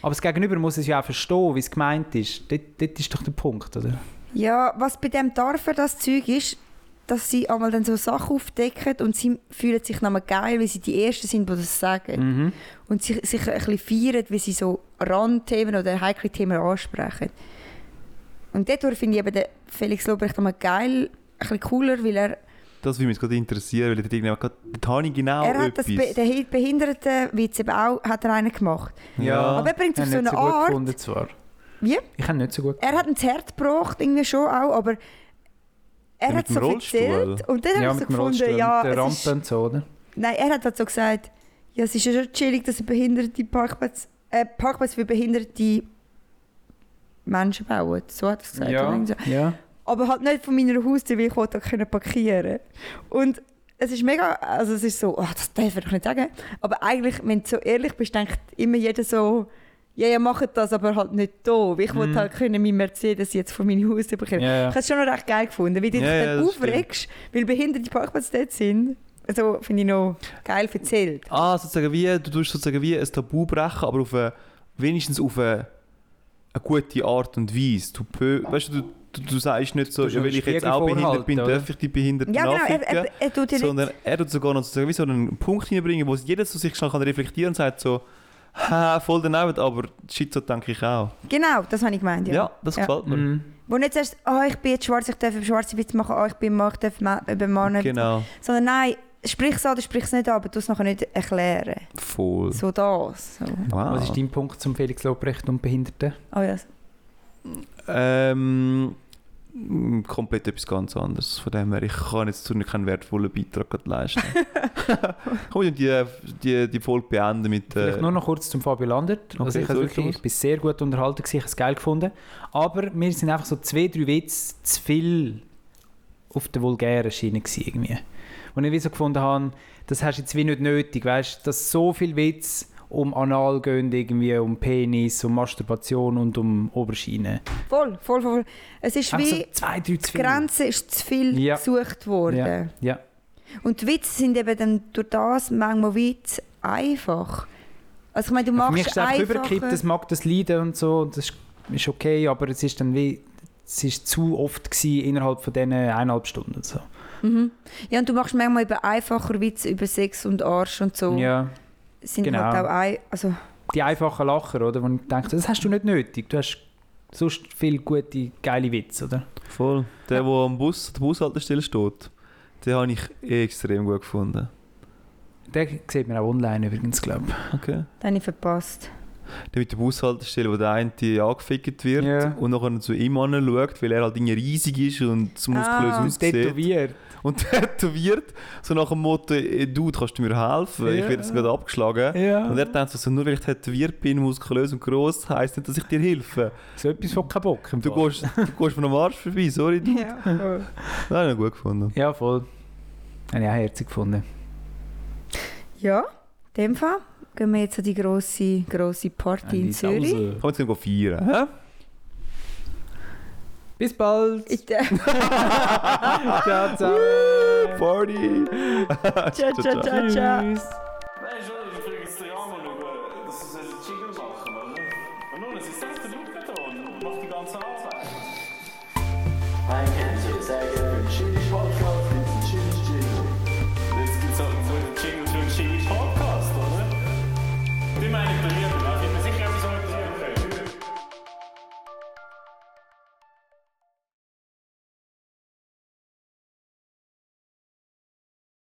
Aber das Gegenüber muss es ja auch verstehen, wie es gemeint ist. Dort, dort ist doch der Punkt, oder? Ja, was bei dem Darfer das Zeug ist, dass sie einmal dann so Sachen aufdecken und sie fühlen sich nochmal geil, weil sie die Ersten sind, die das sagen. Mhm. Und sie, sich ein bisschen feiern, wie sie so Randthemen oder heikle Themen ansprechen. Und dadurch finde ich eben den Felix Lobrecht nochmal geil, ein bisschen cooler, weil er, Das würde mich jetzt gerade interessieren, weil ich dort irgendwie gerade, dort habe ich genau er hat das etwas. Be den Behindertenwitz eben auch, hat er einen gemacht. Ja. Aber er bringt es auf Ich so habe nicht eine so gut Art, gefunden, zwar. Wie? Ich habe nicht so gut er hat ein Zert gebracht, irgendwie schon auch, aber er Mit hat dem so viel Rollstuhl? erzählt und dann ja, habe ich so mit dem gefunden, Rollstuhl, ja, mit der es ist, Rampe und so, oder? Nein, er hat halt so gesagt, ja, es ist ja schon chillig, dass ein behinderte Parkplatz, äh, Parkplatz für behinderte Menschen bauen. So hat er es gesagt. oder irgend so. ja. Aber halt nicht von meiner Haustür, weil ich wollte da können parkieren Und es ist mega, also es ist so, ah, das darf ich doch nicht sagen. Aber eigentlich, wenn du so ehrlich bist, denkt immer jeder so, ja, ja, macht das, aber halt nicht da. Weil ich wollte Mhm. halt können, mein Mercedes jetzt von meiner Haustür parkieren. Ja, ja. Ich habe es schon noch recht geil gefunden, weil du Ja, dich ja, dann das aufregst, weil behinderte Parkplätze dort sind. Also finde ich noch geil erzählt. Ah, sozusagen wie, du tust sozusagen wie ein Tabu brechen, aber auf eine, wenigstens auf eine, eine gute Art und Weise. Du, pö- weißt du, du, du, du sagst nicht Du so, tust ja, einen weil ich jetzt Spiegel auch behindert vorhalten, bin, oder? darf ich die Behinderten Ja, genau, er, anficken. er, er tut dir sondern er tut sogar noch sozusagen wie so einen Punkt hineinbringen, wo jeder so sich schnell kann reflektieren und sagt so, «Haha, voll daneben, aber shit, so denke ich auch. nicht. Genau, das habe ich gemeint. Ja, Ja. das Ja. gefällt mir. Mhm. Wo nicht zuerst, oh, ich bin jetzt schwarz, ich darf über schwarze Witze machen, oh, ich bin Mann, ich darf Ma- über Männer. Genau. Sondern nein, sprich es an oder sprich es nicht an, aber du es nachher nicht erklären. Voll. So das. So. Wow. Was ist dein Punkt zum Felix Lobrecht und Behinderten? Oh, ja. Ähm, m, komplett etwas ganz anderes. Von dem her, ich kann jetzt zu nicht keinen wertvollen Beitrag gerade leisten. Komm, wir die, die, die Folge beenden mit. Vielleicht Äh, nur noch kurz zum Fabio Landert. also Okay, ich, habe so wirklich, ist es. ich bin sehr gut unterhalten, gewesen, ich habe es geil gefunden. Aber mir sind einfach so zwei, drei Witze zu viel auf der vulgären Schiene gewesen, irgendwie. Und ich wie so gefunden habe, das hast du jetzt wie nicht nötig, weißt du, dass so viel Witz um Anal gehen, irgendwie um Penis, um Masturbation und um Oberschiene. Voll, voll, voll, voll. Es ist Einfach so wie, zwei, drei zu die viel. Grenze ist zu viel Ja. gesucht worden. Ja. Und die Witze sind eben dann durch das manchmal wie zu einfach. Also ich meine, du Ja, machst Für mich ist es einfach übergekippt, einfache- das mag das leiden und so, und das ist, ist okay, aber es ist dann wie, es ist zu oft gewesen, innerhalb von diesen eineinhalb Stunden. So. Mhm. Ja, und du machst manchmal eben einfacher Witze über Sex und Arsch und so. Ja, Sind genau. halt auch ein, also, die einfachen Lacher, oder? Wo ich denke, das hast du nicht nötig, du hast sonst viele gute, geile Witze, oder? voll. Der, der am Bus, der Bushaltestelle steht, den habe ich eh extrem gut gefunden. Den sieht man auch online übrigens, glaube ich. Okay. den habe ich verpasst. Der mit der Bushaltestelle, wo der eine angefickt wird Ja. und nachher zu ihm schaut, weil er halt irgendwie riesig ist und so muskulös Ah. aussieht. Tätowiert. Und [LAUGHS] tätowiert. So nach dem Motto, «Ey, Dude, kannst du mir helfen? Ich Ja. werde jetzt gerade abgeschlagen. Ja. Und er denkt so, nur weil ich tätowiert bin, muskulös und gross, heisst nicht, dass ich dir helfe. so etwas von keinen Bock. im Du Fall. gehst, du gehst mir am Arsch vorbei, sorry. du. Ja, voll. Das habe ich noch gut gefunden. Ja, voll. Habe ich auch herzig gefunden. [LAUGHS] Ja, in dem Fall gehen wir jetzt an die grosse, grosse Party in Zürich. [LAUGHS] Komm, jetzt gehen wir feiern. hä? Bis bald. Ich, äh, Ciao Woo, zusammen. Party! ciao, ciao, ciao, ciao. Tschüss. Weißt du, ich kriege jetzt ja mal schauen, dass sie einen Jingle machen, oder? Und nun, es ist selbst der Luftbeton und macht die ganze Arbeit. I can't say it's again.